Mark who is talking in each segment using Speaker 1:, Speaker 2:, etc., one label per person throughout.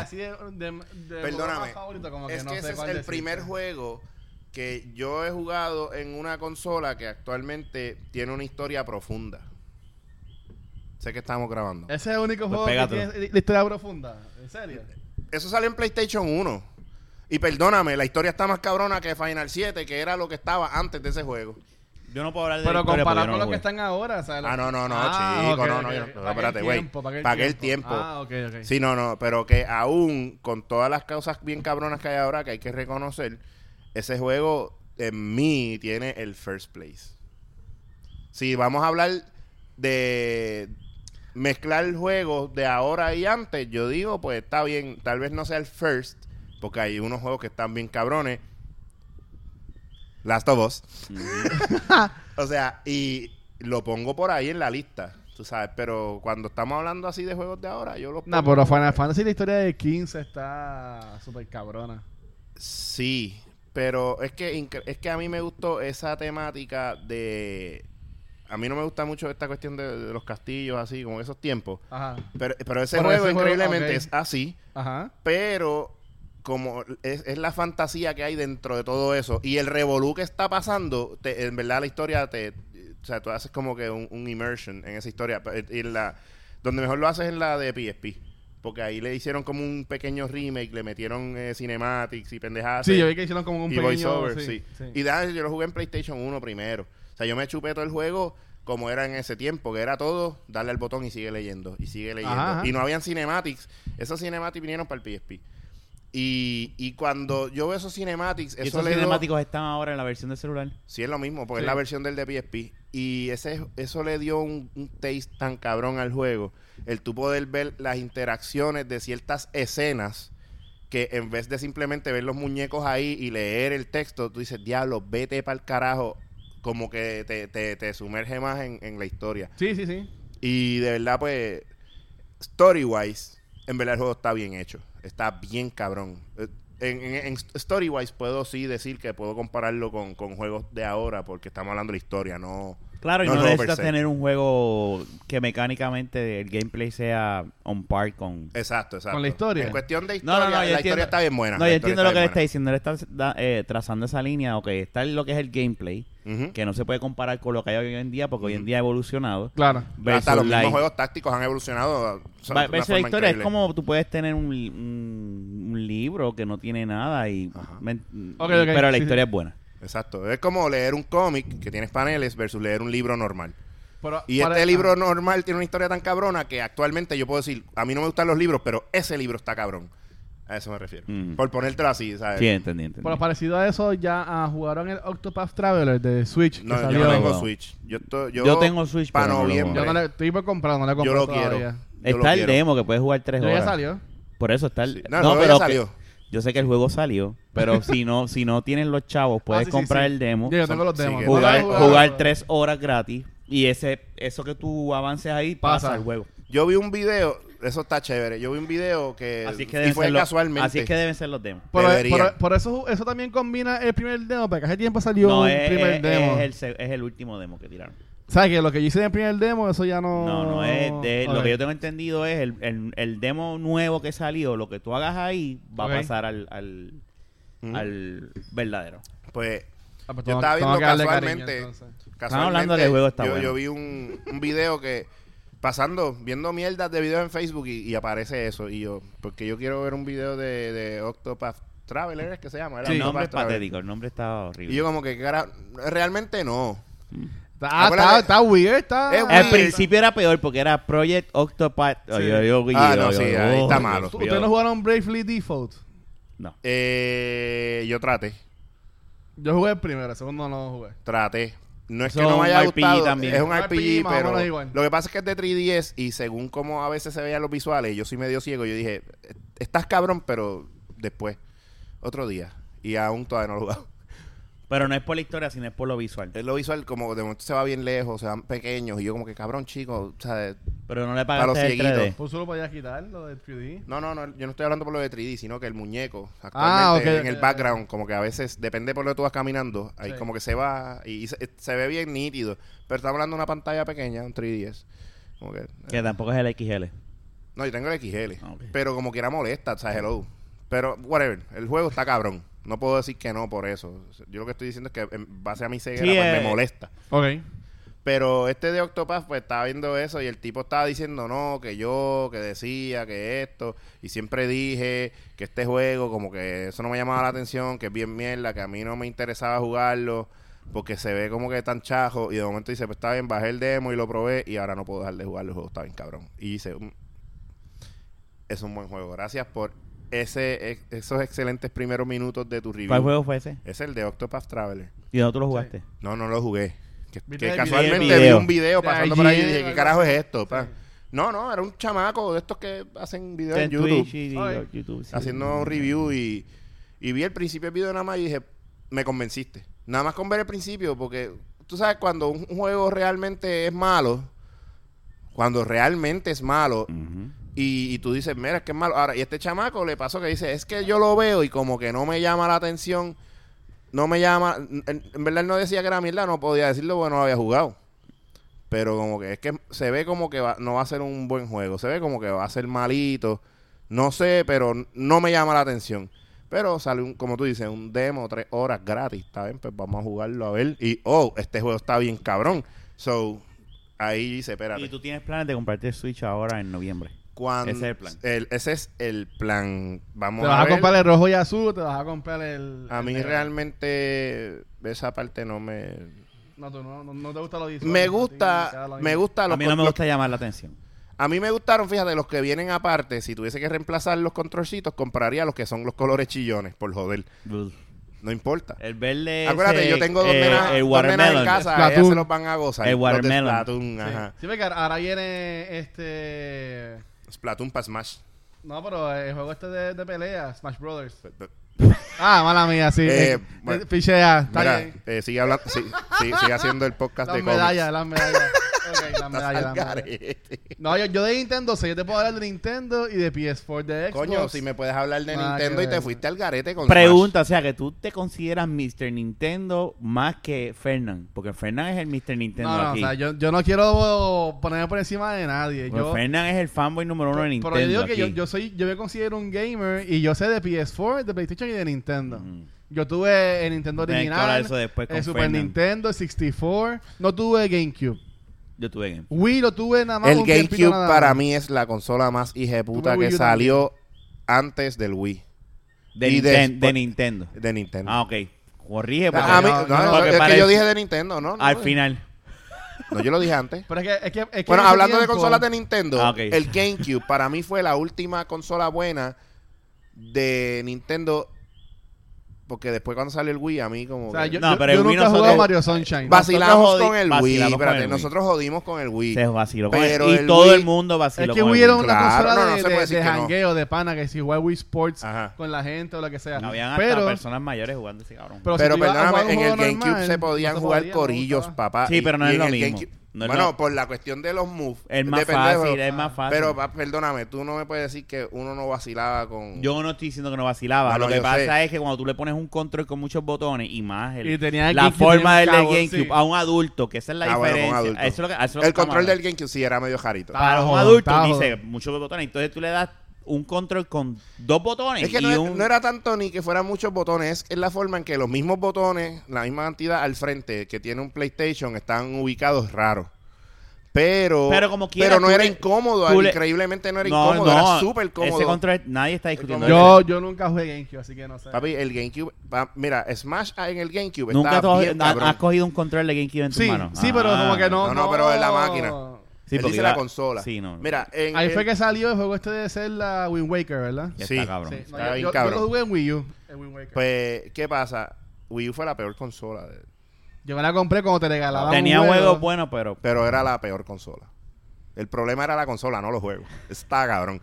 Speaker 1: así de, de, de
Speaker 2: Perdóname.
Speaker 1: programa favorito, como que
Speaker 2: es
Speaker 1: no
Speaker 2: que
Speaker 1: sé
Speaker 2: ese es
Speaker 1: cuál
Speaker 2: el
Speaker 1: decirte.
Speaker 2: primer juego que yo he jugado en una consola que actualmente tiene una historia profunda. Sé que estamos grabando.
Speaker 1: Ese es el único
Speaker 3: Pues
Speaker 1: juego
Speaker 3: pégatelo.
Speaker 1: que tiene la historia profunda. ¿En serio?
Speaker 2: Eso salió en PlayStation 1. Y perdóname, la historia está más cabrona que Final 7, que era lo que estaba antes de ese juego.
Speaker 3: Yo no puedo hablar de la
Speaker 1: Pero
Speaker 3: historia
Speaker 2: pues
Speaker 3: porque
Speaker 1: comparado
Speaker 3: yo
Speaker 1: con
Speaker 3: no
Speaker 1: los que
Speaker 3: jugué.
Speaker 1: están ahora, o sea, lo-
Speaker 2: Ah, no, no, no,
Speaker 1: Ah,
Speaker 2: chico,
Speaker 1: ok,
Speaker 2: no,
Speaker 1: ok,
Speaker 2: no, yo no-
Speaker 1: ok.
Speaker 2: no,
Speaker 1: Pa' aquel
Speaker 2: espérate, güey.
Speaker 1: tiempo, pa' aquel
Speaker 2: Pa' aquel tiempo.
Speaker 1: Ah, ok, ok.
Speaker 2: Sí, no, no, pero que aún con todas las causas bien cabronas que hay ahora, que hay que reconocer, ese juego en mí tiene el first place. Si vamos a hablar de mezclar juegos de ahora y antes, yo digo, pues está bien, tal vez no sea el first, porque hay unos juegos que están bien cabrones. Last of Us. o sea, y lo pongo por ahí en la lista, tú sabes, pero cuando estamos hablando así de juegos de ahora, yo los
Speaker 1: No, pero Final Fantasy, la historia de 15 está súper cabrona.
Speaker 2: Sí, pero es que incre- es que a mí me gustó esa temática de a mí no me gusta mucho esta cuestión de, de los castillos así como esos tiempos,
Speaker 1: Ajá,
Speaker 2: pero, pero ese
Speaker 1: Pero
Speaker 2: juego
Speaker 1: ese juego,
Speaker 2: increíblemente
Speaker 1: ok.
Speaker 2: es así,
Speaker 1: ajá.
Speaker 2: pero como es, es la fantasía que hay dentro de todo eso y el revolú que está pasando, te- en verdad la historia te o sea, tú haces como que un, un immersion en esa historia pe- y en la donde mejor lo haces es en la de PSP. Porque ahí le hicieron como un pequeño remake, le metieron eh, cinematics y pendejadas.
Speaker 1: Sí, yo vi que hicieron como un
Speaker 2: y
Speaker 1: pequeño...
Speaker 2: voiceover, sí.
Speaker 1: sí.
Speaker 2: Y da, yo lo jugué en PlayStation 1 primero. O sea, yo me chupé todo el juego como era en ese tiempo, que era todo darle al botón y sigue leyendo, y sigue leyendo.
Speaker 1: Ajá, ajá.
Speaker 2: Y no habían cinematics. Esos cinematics vinieron para el PSP. Y, y cuando yo veo esos cinematics, eso
Speaker 3: Y esos
Speaker 2: le dio-
Speaker 3: cinemáticos están ahora en la versión de celular.
Speaker 2: Sí, es lo mismo, porque
Speaker 1: Sí.
Speaker 2: es la versión del de PSP. Y ese, eso le dio un, un taste tan cabrón al juego. El tú poder ver las interacciones de ciertas escenas que en vez de simplemente ver los muñecos ahí y leer el texto, tú dices, diablo, vete para el carajo. Como que te, te- te sumerge más en, en la historia.
Speaker 1: Sí, sí, sí.
Speaker 2: Y de verdad, pues, story-wise, en verdad el juego está bien hecho. Está bien cabrón. Eh, En, en- en story-wise puedo sí decir que puedo compararlo con, con juegos de ahora porque estamos hablando de la historia, no...
Speaker 3: Claro, y
Speaker 2: No
Speaker 3: no,
Speaker 2: es juego per
Speaker 3: necesitas
Speaker 2: se.
Speaker 3: tener un juego que mecánicamente el gameplay sea on par con...
Speaker 2: Exacto, exacto.
Speaker 1: Con la historia.
Speaker 2: En cuestión de
Speaker 3: No,
Speaker 2: historia,
Speaker 3: no, no, yo
Speaker 2: la
Speaker 3: entiendo-
Speaker 2: historia está bien buena.
Speaker 3: No,
Speaker 2: la
Speaker 3: yo
Speaker 2: historia
Speaker 3: entiendo lo que le
Speaker 2: está
Speaker 3: está
Speaker 2: bien
Speaker 3: diciendo. Le está da- eh, trazando esa línea. Ok, está lo que es el gameplay,
Speaker 2: buena. Ujú.
Speaker 3: que no se puede comparar con lo que hay hoy en día, porque hoy en día ha evolucionado.
Speaker 1: Claro.
Speaker 2: Hasta los
Speaker 3: versus la-
Speaker 2: mismos juegos tácticos han evolucionado. o sea,
Speaker 3: Va-
Speaker 2: de una
Speaker 3: versus la
Speaker 2: forma
Speaker 3: historia
Speaker 2: increíble.
Speaker 3: es como tú puedes tener un, li- un- un libro que no tiene nada, y,
Speaker 2: Ajá.
Speaker 3: men-
Speaker 1: Ok,
Speaker 3: y-
Speaker 1: ok,
Speaker 3: pero la
Speaker 1: sí,
Speaker 3: historia
Speaker 1: sí.
Speaker 3: es buena.
Speaker 2: Exacto. Es como leer un cómic que tienes paneles versus leer un libro normal.
Speaker 1: Pero-
Speaker 2: Y
Speaker 1: para-
Speaker 2: este libro normal tiene una historia tan cabrona que actualmente yo puedo decir, a mí no me gustan los libros, pero ese libro está cabrón. A eso me refiero.
Speaker 3: Mm.
Speaker 2: Por ponértelo así, ¿sabes?
Speaker 3: Sí, entendí, entendí.
Speaker 1: Pero parecido a eso, ya ah, jugaron el Octopath Traveler de Switch.
Speaker 2: No,
Speaker 1: que
Speaker 2: yo
Speaker 1: salió.
Speaker 2: no tengo
Speaker 3: Wow.
Speaker 2: Switch. Yo, to-
Speaker 3: Yo tengo Switch,
Speaker 2: para
Speaker 3: pero no lo
Speaker 2: noviembre.
Speaker 1: Yo no le estoy por comprar, no le he
Speaker 2: Yo
Speaker 1: comprado
Speaker 2: lo quiero.
Speaker 1: todavía.
Speaker 2: Yo lo
Speaker 3: Está el
Speaker 2: quiero.
Speaker 3: demo que puedes jugar tres
Speaker 1: Yo
Speaker 3: horas.
Speaker 1: ya salió.
Speaker 3: Por eso está el...
Speaker 2: Sí. No, no, ya
Speaker 3: que-
Speaker 2: salió.
Speaker 3: Yo sé que el juego salió, pero si no si no tienes los chavos, puedes
Speaker 1: Ah, sí, sí,
Speaker 3: comprar
Speaker 1: sí.
Speaker 3: el demo,
Speaker 1: Yo, yo tengo los
Speaker 2: Sí,
Speaker 1: demos.
Speaker 2: que-
Speaker 1: No lo he
Speaker 3: jugar,
Speaker 1: jugado.
Speaker 3: jugar tres horas gratis y ese eso que tú avances ahí pasa,
Speaker 1: Pasa.
Speaker 3: al juego.
Speaker 2: Yo vi un video, eso está chévere. Yo vi un video que.
Speaker 3: Así es que
Speaker 2: y
Speaker 3: deben
Speaker 2: fue
Speaker 3: ser los,
Speaker 2: casualmente.
Speaker 3: así es que deben ser los demos.
Speaker 1: Por,
Speaker 2: Deberían.
Speaker 1: por- por eso, eso también combina el primer demo, porque hace tiempo salió
Speaker 3: No
Speaker 1: un
Speaker 3: es,
Speaker 1: primer
Speaker 3: es-
Speaker 1: demo.
Speaker 3: es el, se- es el último demo que tiraron.
Speaker 1: ¿Sabes que Lo que yo hice en el primer demo, eso ya no...
Speaker 3: No, no es de- lo
Speaker 1: Oh, Ok.
Speaker 3: que yo tengo entendido es el, el, el demo nuevo que salió, lo que tú hagas ahí va
Speaker 1: Ok.
Speaker 3: a pasar al al,
Speaker 2: Ujú.
Speaker 3: al verdadero.
Speaker 2: Pues.
Speaker 1: Ah, pues
Speaker 2: Yo
Speaker 1: tengo-
Speaker 2: estaba
Speaker 1: tengo
Speaker 2: viendo
Speaker 1: que darle cariño,
Speaker 2: casualmente.
Speaker 1: entonces.
Speaker 2: casualmente,
Speaker 3: hablando que el juego está
Speaker 2: yo,
Speaker 3: bueno.
Speaker 2: yo vi un, un video que. Pasando, viendo mierdas de videos en Facebook y, y aparece eso. Y yo, porque yo quiero ver un video de, de Octopath Traveler, ¿es que se llama? Era
Speaker 3: el
Speaker 2: Octopath
Speaker 3: nombre es
Speaker 2: Traveler.
Speaker 3: patético, el nombre está horrible.
Speaker 2: Y yo, como que, ¿qué cara- realmente no.
Speaker 1: Ah, está,
Speaker 2: Acuérdate-
Speaker 1: está weird, está...
Speaker 2: Es
Speaker 3: Al
Speaker 2: weird.
Speaker 3: principio era peor porque era Project Octopath.
Speaker 1: Sí.
Speaker 3: Ay, ay, ay,
Speaker 2: Ah,
Speaker 3: ay,
Speaker 2: no,
Speaker 3: ay,
Speaker 2: sí,
Speaker 3: ay,
Speaker 2: ahí está
Speaker 3: ay,
Speaker 2: malo.
Speaker 3: Dios
Speaker 1: ¿Ustedes
Speaker 3: mío.
Speaker 1: no jugaron Bravely Default?
Speaker 3: "Oh". No.
Speaker 2: Eh, yo traté,
Speaker 1: Yo jugué el primero, el segundo no lo jugué.
Speaker 2: traté. No es
Speaker 3: Eso
Speaker 2: que no me
Speaker 3: es un
Speaker 2: haya
Speaker 3: RPG
Speaker 2: gustado,
Speaker 3: también.
Speaker 2: es un
Speaker 1: Un
Speaker 2: RPG,
Speaker 1: RPG más o
Speaker 2: pero
Speaker 1: menos igual.
Speaker 2: lo que pasa es que es de 3DS y según como a veces se veían los visuales, yo sí medio ciego, yo dije, estás cabrón, pero después, otro día. Y aún todavía no lo he jugado.
Speaker 3: Pero no es por la historia, sino es por lo visual.
Speaker 2: Es lo visual como de momento se va bien lejos, se van pequeños y yo como que cabrón chico, o sea,
Speaker 3: Pero no le
Speaker 2: los
Speaker 3: pagaste el
Speaker 2: cieguitos.
Speaker 3: 3D.
Speaker 1: ¿Por Pues solo podías quitar lo del 3D?
Speaker 2: No, no, no, yo no estoy hablando por lo de 3D, sino que el muñeco actualmente
Speaker 1: Ah, ok,
Speaker 2: en
Speaker 1: ok,
Speaker 2: el
Speaker 1: ok.
Speaker 2: background, como que a veces, depende por lo que tú vas caminando, ahí
Speaker 1: Sí.
Speaker 2: como que se va y, y se, se ve bien nítido. Pero estamos hablando de una pantalla pequeña, un 3DS. Como que, eh,
Speaker 3: Que tampoco es el XL.
Speaker 2: No, yo tengo el XL.
Speaker 3: Ah, ok.
Speaker 2: Pero como quiera molesta, o sea, hello. Pero, whatever. El juego está cabrón. No puedo decir que no por eso. Yo lo que estoy diciendo es que en base a mi ceguera
Speaker 3: Sí,
Speaker 2: pues,
Speaker 3: eh.
Speaker 2: me molesta.
Speaker 1: Ok.
Speaker 2: Pero este de Octopath, pues estaba viendo eso y el tipo estaba diciendo no, que yo, que decía, que esto. Y siempre dije que este juego, como que eso no me llamaba la atención, que es bien mierda, que a mí no me interesaba jugarlo porque se ve como que tan chajo. Y de momento dice, pues está bien, bajé el demo y lo probé y ahora no puedo dejar de jugarlo. El juego está bien cabrón. Y dice, "Mm, es un buen juego. Gracias por ese ex- esos excelentes primeros minutos de tu review.
Speaker 3: ¿Cuál juego fue ese?
Speaker 2: Es el de Octopath Traveler.
Speaker 3: ¿Y dónde tú lo jugaste?
Speaker 2: No, no lo jugué. Que,
Speaker 1: Viste el
Speaker 2: que
Speaker 1: video.
Speaker 2: casualmente
Speaker 3: Vi el video.
Speaker 2: vi un video
Speaker 1: De
Speaker 2: pasando por ahí y
Speaker 1: ayer,
Speaker 2: dije, ¿qué
Speaker 1: algo
Speaker 2: carajo es
Speaker 1: así.
Speaker 2: esto? pa?".
Speaker 1: Sí.
Speaker 2: No, no, era un chamaco de estos que hacen videos en
Speaker 3: En
Speaker 2: YouTube.
Speaker 3: Twitch y, y-
Speaker 1: Ay.
Speaker 3: YouTube. sí.
Speaker 2: haciendo un review y, y vi el principio del video nada más y dije, me convenciste. Nada más con ver el principio, porque tú sabes, cuando un un juego realmente es malo, cuando realmente es malo,
Speaker 3: Ujú.
Speaker 2: y, y tú dices, mira, es que es malo. Ahora, y este chamaco le pasó que dice, es que yo lo veo y como que no me llama la atención, no me llama. En, en verdad él no decía que era mierda, no podía decirlo porque no lo había jugado. Pero como que es que se ve como que va- no va a ser un buen juego, se ve como que va a ser malito. No sé, pero n- no me llama la atención. Pero sale, un, como tú dices, un demo, tres horas gratis. Está bien, pues vamos a jugarlo a ver. Y, oh, este juego está bien cabrón. So, ahí dice, espérate.
Speaker 3: Y tú tienes planes de comprarte el Switch ahora en noviembre.
Speaker 2: Cuando-
Speaker 3: Ese es el plan.
Speaker 2: el- ese es el plan. Vamos
Speaker 1: Te
Speaker 2: a,
Speaker 1: vas a
Speaker 2: ver.
Speaker 1: comprar el rojo y azul, te vas a comprar el.
Speaker 2: A
Speaker 1: el
Speaker 2: mí
Speaker 1: negro.
Speaker 2: realmente esa parte no me...
Speaker 1: No, tú no, no, no te gusta lo visual.
Speaker 2: Me
Speaker 1: a ti cada
Speaker 2: gusta,
Speaker 1: lo
Speaker 2: me
Speaker 1: mismo.
Speaker 2: gusta...
Speaker 3: A
Speaker 2: los
Speaker 3: mí no me
Speaker 2: con-
Speaker 3: gusta llamar la atención.
Speaker 2: los- a mí me gustaron, fíjate, los que vienen aparte. Si tuviese que reemplazar los controlcitos, compraría los que son los colores chillones, por joder. No importa.
Speaker 3: El verde.
Speaker 2: Acuérdate,
Speaker 3: ese,
Speaker 2: yo tengo dos
Speaker 3: eh,
Speaker 2: nenas, dos nenas
Speaker 3: el
Speaker 2: en
Speaker 3: watermelon.
Speaker 2: casa, ellas
Speaker 1: Splatoon.
Speaker 2: se los van a gozar.
Speaker 3: El
Speaker 2: Los de
Speaker 3: watermelon.
Speaker 2: Splatoon,
Speaker 1: Sí.
Speaker 2: ajá.
Speaker 1: Sí, porque ahora- ahora viene este.
Speaker 2: Splatoon para Smash.
Speaker 1: No, pero el juego este de, de pelea, Smash Brothers. Ah, mala mía, sí.
Speaker 2: Eh,
Speaker 1: Eh,
Speaker 2: bueno.
Speaker 1: Fichea, está
Speaker 2: Mira,
Speaker 1: bien.
Speaker 2: eh, sigue hablando, sí, sí, sigue haciendo el podcast
Speaker 1: Las
Speaker 2: de
Speaker 1: medallas, las medallas. Ok, las
Speaker 2: cómics.
Speaker 1: medallas, las
Speaker 2: Estás al
Speaker 1: medallas.
Speaker 2: garete.
Speaker 1: No, yo, yo de Nintendo, sé, yo te puedo hablar de Nintendo y de PS4, de Xbox.
Speaker 2: Coño, si me puedes hablar de
Speaker 1: Ah,
Speaker 2: Nintendo
Speaker 1: qué
Speaker 2: y te
Speaker 1: bueno.
Speaker 2: fuiste al garete con
Speaker 3: Pregunta, o sea, que tú te consideras Mr. Nintendo más que Fernán. Porque Fernán es el Mr. Nintendo
Speaker 1: No, no, o
Speaker 3: aquí.
Speaker 1: sea, yo, yo no quiero ponerme por encima de nadie.
Speaker 3: Porque
Speaker 1: Yo,
Speaker 3: Fernán es el fanboy número uno de Nintendo.
Speaker 1: pero yo digo que yo,
Speaker 3: aquí.
Speaker 1: yo soy, yo me considero un gamer y yo sé de PS4, de PlayStation y de Nintendo.
Speaker 3: Mm.
Speaker 1: Yo tuve el Nintendo
Speaker 3: Tienes que
Speaker 1: original,
Speaker 3: hablar eso después con
Speaker 1: el Super
Speaker 3: Fernan.
Speaker 1: Nintendo, el 64. No tuve GameCube.
Speaker 3: Yo tuve Game.
Speaker 1: Wii lo tuve nada más
Speaker 2: Smash. El
Speaker 1: un tiempito
Speaker 2: GameCube
Speaker 1: nada
Speaker 2: para
Speaker 1: más.
Speaker 2: mí es la consola más
Speaker 1: Tuve
Speaker 2: puta
Speaker 1: Wii
Speaker 2: que
Speaker 1: U
Speaker 2: salió antes del Wii
Speaker 3: De,
Speaker 2: Y
Speaker 3: Ninten-
Speaker 2: después-
Speaker 3: de Nintendo.
Speaker 2: de Nintendo.
Speaker 3: Ah, ok. Corrige, porque
Speaker 2: A mí-
Speaker 1: no,
Speaker 2: no,
Speaker 1: no,
Speaker 2: no,
Speaker 3: porque
Speaker 2: es
Speaker 3: para
Speaker 2: que yo
Speaker 3: el-
Speaker 2: dije de Nintendo, ¿no? no,
Speaker 3: al
Speaker 2: eh.
Speaker 3: final.
Speaker 2: No, yo lo dije antes.
Speaker 1: Pero es que, es que, es que
Speaker 2: Bueno,
Speaker 1: en ese
Speaker 2: hablando de
Speaker 1: tiempo-
Speaker 2: consolas de Nintendo,
Speaker 3: Ah, ok.
Speaker 2: el GameCube para mí fue la última consola buena de Nintendo. Porque después cuando salió el Wii, a mí como.
Speaker 1: O sea,
Speaker 2: que-
Speaker 1: yo,
Speaker 3: No,
Speaker 1: yo-
Speaker 3: pero
Speaker 1: yo
Speaker 3: el Wii
Speaker 1: nunca he jugado
Speaker 3: nosotros-
Speaker 1: Mario Sunshine.
Speaker 3: Bas-
Speaker 2: vacilamos
Speaker 3: nosotros jodi-
Speaker 2: con el Wii.
Speaker 3: vacilamos con
Speaker 2: espérate,
Speaker 3: el Wii.
Speaker 2: nosotros jodimos con el Wii.
Speaker 3: Se vaciló. con él.
Speaker 2: Pero
Speaker 3: y
Speaker 2: el
Speaker 3: todo el
Speaker 2: Wii-
Speaker 3: mundo vaciló
Speaker 1: es que
Speaker 3: con
Speaker 1: Wii
Speaker 3: el
Speaker 1: era
Speaker 3: Wii.
Speaker 1: una
Speaker 2: Claro,
Speaker 1: consola
Speaker 2: no, no
Speaker 1: de,
Speaker 2: se puede
Speaker 1: de,
Speaker 2: decir
Speaker 1: de
Speaker 2: que no.
Speaker 1: jangueo, de pana, que si jugaba Wii Sports
Speaker 2: Ajá.
Speaker 1: con la gente o lo que sea.
Speaker 3: Habían hasta
Speaker 1: pero,
Speaker 3: personas mayores jugando ese cabrón.
Speaker 1: pero, si
Speaker 2: Pero
Speaker 1: tú ibas a jugar
Speaker 2: perdóname,
Speaker 1: un
Speaker 2: en el
Speaker 1: juego
Speaker 2: GameCube
Speaker 1: normal,
Speaker 2: se podían
Speaker 1: no se
Speaker 2: jugar
Speaker 1: podía, no
Speaker 2: corillos,
Speaker 1: gustaba.
Speaker 2: papá.
Speaker 3: Sí, pero no es
Speaker 2: en
Speaker 3: lo
Speaker 2: el
Speaker 3: mismo. No es
Speaker 2: bueno,
Speaker 3: lo-
Speaker 2: por la cuestión de los moves.
Speaker 3: es más
Speaker 2: depende del
Speaker 3: fácil,
Speaker 2: juego.
Speaker 3: es más fácil.
Speaker 2: Pero pa- perdóname, tú no me puedes decir que uno no vacilaba con.
Speaker 3: Yo no estoy diciendo que no vacilaba.
Speaker 2: No, no,
Speaker 3: lo que
Speaker 2: yo
Speaker 3: pasa
Speaker 2: sé.
Speaker 3: es que cuando tú le pones un control con muchos botones y más el-
Speaker 1: Y tenía el
Speaker 3: la
Speaker 1: GameCube,
Speaker 3: forma del
Speaker 1: tenía
Speaker 3: del
Speaker 1: un cabo,
Speaker 3: GameCube
Speaker 1: sí.
Speaker 3: a un adulto, que esa es la
Speaker 2: Ah, bueno, con
Speaker 3: diferencia.
Speaker 2: adulto.
Speaker 3: Eso es lo que- eso es lo que
Speaker 2: el
Speaker 3: estamos
Speaker 2: control del
Speaker 3: hablando.
Speaker 2: GameCube sí era medio jarito.
Speaker 1: Está-
Speaker 3: Para
Speaker 1: Estaba
Speaker 3: un
Speaker 1: jodón,
Speaker 3: adulto
Speaker 1: estaba
Speaker 3: dice
Speaker 1: jodón.
Speaker 3: muchos botones. Entonces tú le das un control con dos botones
Speaker 2: Es que
Speaker 3: y
Speaker 2: no,
Speaker 3: un...
Speaker 2: no era tanto ni que fueran muchos botones, es la forma en que los mismos botones, la misma cantidad al frente que tiene un PlayStation, están ubicados raros. Pero,
Speaker 3: Pero como quiera,
Speaker 2: pero no
Speaker 3: tú
Speaker 2: era
Speaker 3: le-
Speaker 2: incómodo,
Speaker 3: tú le-
Speaker 2: increíblemente no era
Speaker 3: No,
Speaker 2: incómodo,
Speaker 3: no,
Speaker 2: era súper cómodo.
Speaker 3: Ese control nadie está discutiendo.
Speaker 1: Yo,
Speaker 3: eso.
Speaker 1: yo nunca jugué GameCube, así que no sé.
Speaker 2: Papi, el GameCube. pa- mira, Smash en el GameCube.
Speaker 3: Nunca
Speaker 2: estaba
Speaker 3: tú has-
Speaker 2: bien,
Speaker 3: has,
Speaker 2: cabrón.
Speaker 3: has cogido un control de GameCube en tus
Speaker 1: sí,
Speaker 3: manos.
Speaker 1: sí, pero
Speaker 3: Ah.
Speaker 1: como que no.
Speaker 2: No, no, pero es la máquina.
Speaker 3: Sí,
Speaker 2: Él
Speaker 3: porque
Speaker 2: dice
Speaker 3: iba-
Speaker 2: la consola.
Speaker 3: Sí, no.
Speaker 2: Mira, en,
Speaker 1: Ahí
Speaker 2: en-
Speaker 1: fue que salió el juego este de ser la Wind Waker, ¿verdad?
Speaker 3: Ya
Speaker 2: Sí.
Speaker 3: está, cabrón.
Speaker 1: Sí, no,
Speaker 2: Está
Speaker 1: yo,
Speaker 2: bien
Speaker 1: yo- yo
Speaker 2: cabrón.
Speaker 1: lo jugué en Wii U. el Wind Waker.
Speaker 2: Pues, ¿qué pasa? Wii U fue la peor consola. de-
Speaker 1: yo me la compré cuando te regalaban.
Speaker 3: Tenía pues.
Speaker 1: un
Speaker 3: juegos buenos, pero...
Speaker 2: Pero era la peor consola. El problema era la consola, no los juegos. Está cabrón.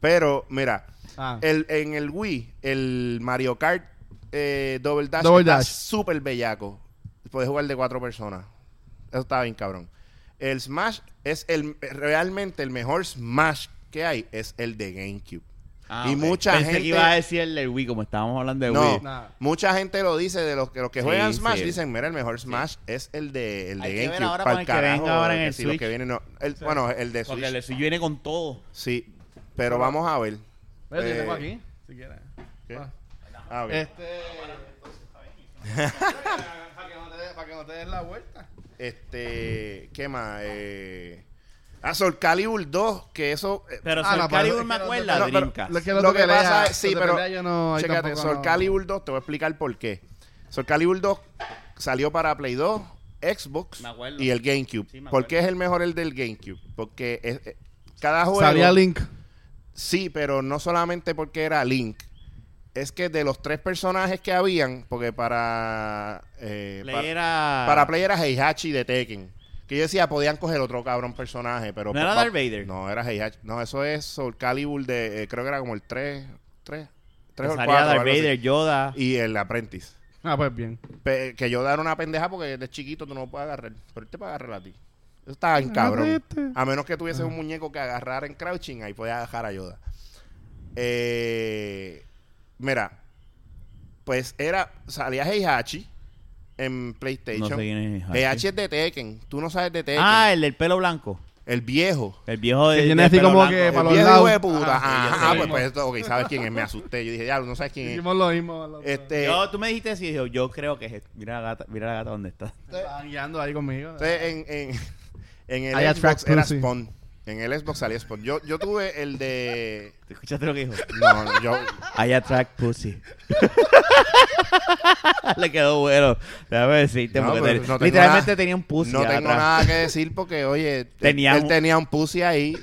Speaker 2: Pero, mira,
Speaker 1: Ah.
Speaker 2: el, en el Wii, el Mario Kart eh, Double Dash
Speaker 1: Double
Speaker 2: está
Speaker 1: Dash.
Speaker 2: súper bellaco. Puedes jugar de cuatro personas. Eso está bien, cabrón. El Smash es el realmente el mejor Smash que hay, es el de GameCube.
Speaker 3: Ah,
Speaker 2: y
Speaker 3: ok.
Speaker 2: mucha
Speaker 3: Pensé
Speaker 2: gente
Speaker 3: que iba a decir el del Wii, como estábamos hablando de
Speaker 2: no,
Speaker 3: Wii.
Speaker 1: Nada.
Speaker 2: mucha gente lo dice de los que los que
Speaker 3: Sí,
Speaker 2: juegan Smash
Speaker 3: sí.
Speaker 2: dicen, mira, el mejor Smash es el de el de
Speaker 3: Hay que ver
Speaker 2: GameCube.
Speaker 3: ahora
Speaker 2: Pa'l
Speaker 3: con el que venga ahora en
Speaker 2: que
Speaker 3: el
Speaker 2: si los
Speaker 3: Switch.
Speaker 2: que vienen no. El- Bueno, el de
Speaker 3: Porque
Speaker 2: Switch.
Speaker 3: el Switch viene con todo.
Speaker 2: Sí, Pero vamos a ver.
Speaker 1: Mira, yo
Speaker 2: Eh,
Speaker 1: tengo aquí, si quieres.
Speaker 2: ¿qué?
Speaker 1: Ah.
Speaker 2: Ah, ok.
Speaker 1: Este. para, que no te des- para que no te des la vuelta.
Speaker 2: Este, ¿qué más? Eh, ah, Soul Calibur 2, que eso... eh,
Speaker 3: Pero
Speaker 1: Ah,
Speaker 3: Soul
Speaker 1: no, pero-
Speaker 3: Calibur me
Speaker 1: no,
Speaker 3: acuerda
Speaker 2: no,
Speaker 3: de
Speaker 2: pero-
Speaker 3: Dreamcast.
Speaker 1: Lo que,
Speaker 2: Lo que pasa
Speaker 1: pasa
Speaker 2: es- sí, pero-
Speaker 1: Yo no, ahí
Speaker 2: Chécate,
Speaker 1: tampoco
Speaker 2: Soul
Speaker 1: no-
Speaker 2: Calibur 2, te voy a explicar por qué. Soul Calibur 2 salió para Play 2, Xbox
Speaker 3: Me acuerdo.
Speaker 2: y el GameCube.
Speaker 3: Sí, me
Speaker 2: ¿Por qué es
Speaker 3: acuerdo.
Speaker 2: el mejor el del GameCube? Porque es- eh, cada juego...
Speaker 1: Sabía Link.
Speaker 2: Sí, pero no solamente porque era Link. Es que de los tres personajes que habían, porque para... eh,
Speaker 3: Play
Speaker 2: para-
Speaker 3: era-
Speaker 2: Para Play era Heihachi de Tekken. Que yo decía, podían coger otro cabrón personaje, pero... pues
Speaker 3: ¿No era
Speaker 2: pa-
Speaker 3: Darth Vader?
Speaker 2: No, era Heihachi. No, eso es Soul Calibur de... eh, creo que era como el 3... 3... 3 o el
Speaker 3: Salía
Speaker 2: 4.
Speaker 3: Darth Vader, Yoda.
Speaker 2: Y el Apprentice.
Speaker 1: Ah, pues bien.
Speaker 2: Pe- que yo dar una pendeja porque de chiquito tú no lo puedes agarrar. Pero él te puede agarrar a ti. Eso está en cabrón.
Speaker 1: Agárrate.
Speaker 2: A menos que
Speaker 1: Ah.
Speaker 2: tuviese un muñeco que agarrara en crouching, ahí podía agarrar a Yoda. Eh, mira, pues era. Salía Heihachi en
Speaker 3: No
Speaker 2: PlayStation.
Speaker 3: sé quién es Heihachi.
Speaker 2: Heihachi es de Tekken. Tú no sabes de Tekken.
Speaker 1: eh.
Speaker 3: Ah, el del pelo blanco.
Speaker 2: el viejo.
Speaker 3: El viejo de.
Speaker 1: Que tiene
Speaker 3: de
Speaker 1: así
Speaker 3: pelo
Speaker 1: como
Speaker 3: blanco.
Speaker 1: que pa'
Speaker 2: El
Speaker 1: Eh, los
Speaker 2: viejo hijo
Speaker 1: lados.
Speaker 2: de puta.
Speaker 1: Ah, sí,
Speaker 2: Ajá,
Speaker 1: yo sé.
Speaker 2: pues, pues esto, ok, ¿sabes quién es? Me asusté. Yo dije, ya, no sabes quién es.
Speaker 1: Hicimos lo mismo. lo-
Speaker 2: Eh, Este,
Speaker 3: Yo, tú me dijiste así, yo, yo creo que es. este. Mira la gata, mira la gata donde está.
Speaker 1: Estaban guiando ahí conmigo.
Speaker 2: Entonces, en, en, en el
Speaker 1: I
Speaker 2: Xbox
Speaker 1: attract
Speaker 2: era
Speaker 1: pussy.
Speaker 2: Spawn. En el Xbox salía Spawn. Yo, yo tuve el de.
Speaker 3: ¿Te escuchaste lo que dijo?
Speaker 2: No, no, yo.
Speaker 3: I attract pussy. Le quedó bueno. Déjame decirte.
Speaker 2: No,
Speaker 3: porque
Speaker 2: pero
Speaker 3: te-
Speaker 2: no tengo
Speaker 3: literalmente
Speaker 2: nada-
Speaker 3: tenía un pussy.
Speaker 2: no tengo
Speaker 3: atrás.
Speaker 2: nada que decir porque, oye, él-
Speaker 3: Tenía
Speaker 2: él
Speaker 3: un-
Speaker 2: tenía un pussy ahí.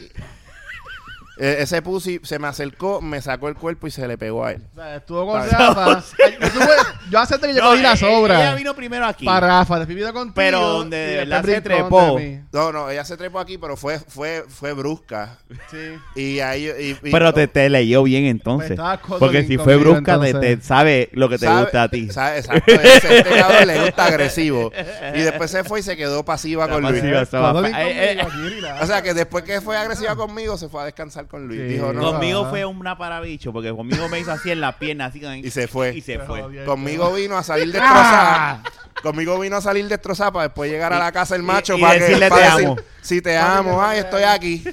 Speaker 2: E- ese pussy se me acercó, me sacó el cuerpo y se le pegó a él.
Speaker 1: O sea, estuvo con
Speaker 2: Está
Speaker 1: Rafa. Ay, Yo, tuve- yo acepto que yo cogí
Speaker 3: eh,
Speaker 1: la
Speaker 3: eh, Ella
Speaker 1: sobra.
Speaker 3: vino primero aquí.
Speaker 1: Para Rafa, después vino contigo.
Speaker 3: Pero donde
Speaker 1: y
Speaker 3: de
Speaker 1: después
Speaker 3: verdad se
Speaker 1: brincó
Speaker 3: trepó.
Speaker 1: donde mí.
Speaker 2: No, no, ella se trepó aquí, pero fue, fue, fue brusca.
Speaker 1: Sí.
Speaker 2: Y ahí. y- y-
Speaker 3: Pero te, te leyó bien
Speaker 1: Me
Speaker 3: entonces.
Speaker 1: estaba codeling
Speaker 3: Porque si fue
Speaker 1: conmigo,
Speaker 3: brusca, te,
Speaker 1: entonces.
Speaker 3: te sabe lo que te
Speaker 2: ¿Sabe?
Speaker 3: gusta a ti.
Speaker 2: ¿Sabe? Exacto. Ese, este cabrón le gusta agresivo. Y después se fue y se quedó pasiva
Speaker 3: Está
Speaker 2: con Luis.
Speaker 3: pasiva. estaba-
Speaker 1: Codeling
Speaker 3: eh, eh,
Speaker 1: conmigo, aquí, relax.
Speaker 2: O sea, que después que fue agresiva conmigo, se fue a descansar con Luis.
Speaker 1: Sí.
Speaker 2: Dijo, no,
Speaker 1: Con-
Speaker 3: Ah. Conmigo
Speaker 1: Ah.
Speaker 3: fue una parabicho, porque conmigo me hizo así en la pierna, así con-
Speaker 2: y se fue.
Speaker 3: y se fue.
Speaker 1: Jodió,
Speaker 2: Conmigo vino a salir destrozada. Conmigo vino a salir destrozada para después llegar a la casa el macho
Speaker 3: Ah. y- y
Speaker 2: para
Speaker 3: decirle,
Speaker 2: que, para
Speaker 3: "Te
Speaker 2: decir,
Speaker 3: amo".
Speaker 2: si te amo, ay, estoy aquí.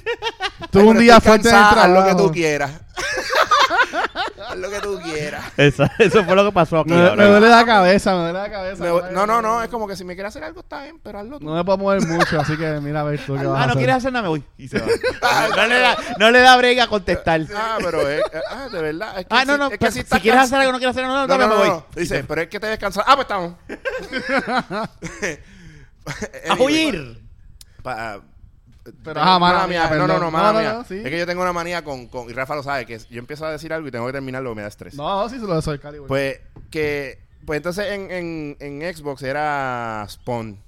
Speaker 1: Tuve un día fuerte en el
Speaker 2: haz lo que
Speaker 1: trabajo.
Speaker 2: tú quieras. haz lo que tú quieras.
Speaker 3: Eso, eso fue lo que pasó aquí.
Speaker 1: Me, me
Speaker 3: ahora.
Speaker 1: duele la cabeza, me duele la cabeza.
Speaker 2: Me
Speaker 1: me
Speaker 2: voy-
Speaker 1: duele la
Speaker 2: No, no, no,
Speaker 1: cabeza.
Speaker 2: es como que si me quieres hacer algo está bien, pero hazlo tú.
Speaker 1: No me puedo mover mucho, así que mira a ver tú qué vas a
Speaker 3: ah, no
Speaker 1: hacer.
Speaker 3: quieres hacer nada, me voy. Y se va. No le da, no le da brega a contestar.
Speaker 2: Ah, pero es, ah, de verdad. es que
Speaker 3: Ah, no,
Speaker 2: si-
Speaker 3: no.
Speaker 2: es que
Speaker 3: pero
Speaker 2: si
Speaker 3: si
Speaker 2: estás
Speaker 3: quieres
Speaker 2: cans-
Speaker 3: hacer algo, no quieres hacer nada, no,
Speaker 2: No,
Speaker 3: no,
Speaker 2: no,
Speaker 3: me
Speaker 2: no,
Speaker 3: voy.
Speaker 2: no. Dice, pero es que te descansas. Ah, pues estamos.
Speaker 3: A huir.
Speaker 2: Pa- ah,
Speaker 1: Pero,
Speaker 2: tengo-
Speaker 1: ajá, mala mía,
Speaker 2: No,
Speaker 1: perdón.
Speaker 2: no, no, mala
Speaker 1: No, no,
Speaker 2: mía.
Speaker 1: no, sí.
Speaker 2: Es que yo tengo una manía con, con- Y Rafa lo sabe, que es- yo empiezo a decir algo y tengo que terminarlo, me da estrés.
Speaker 1: No, sí, se lo soy, Cali. Pues,
Speaker 2: Pues que. Pues entonces en, en, en Xbox era Spawn.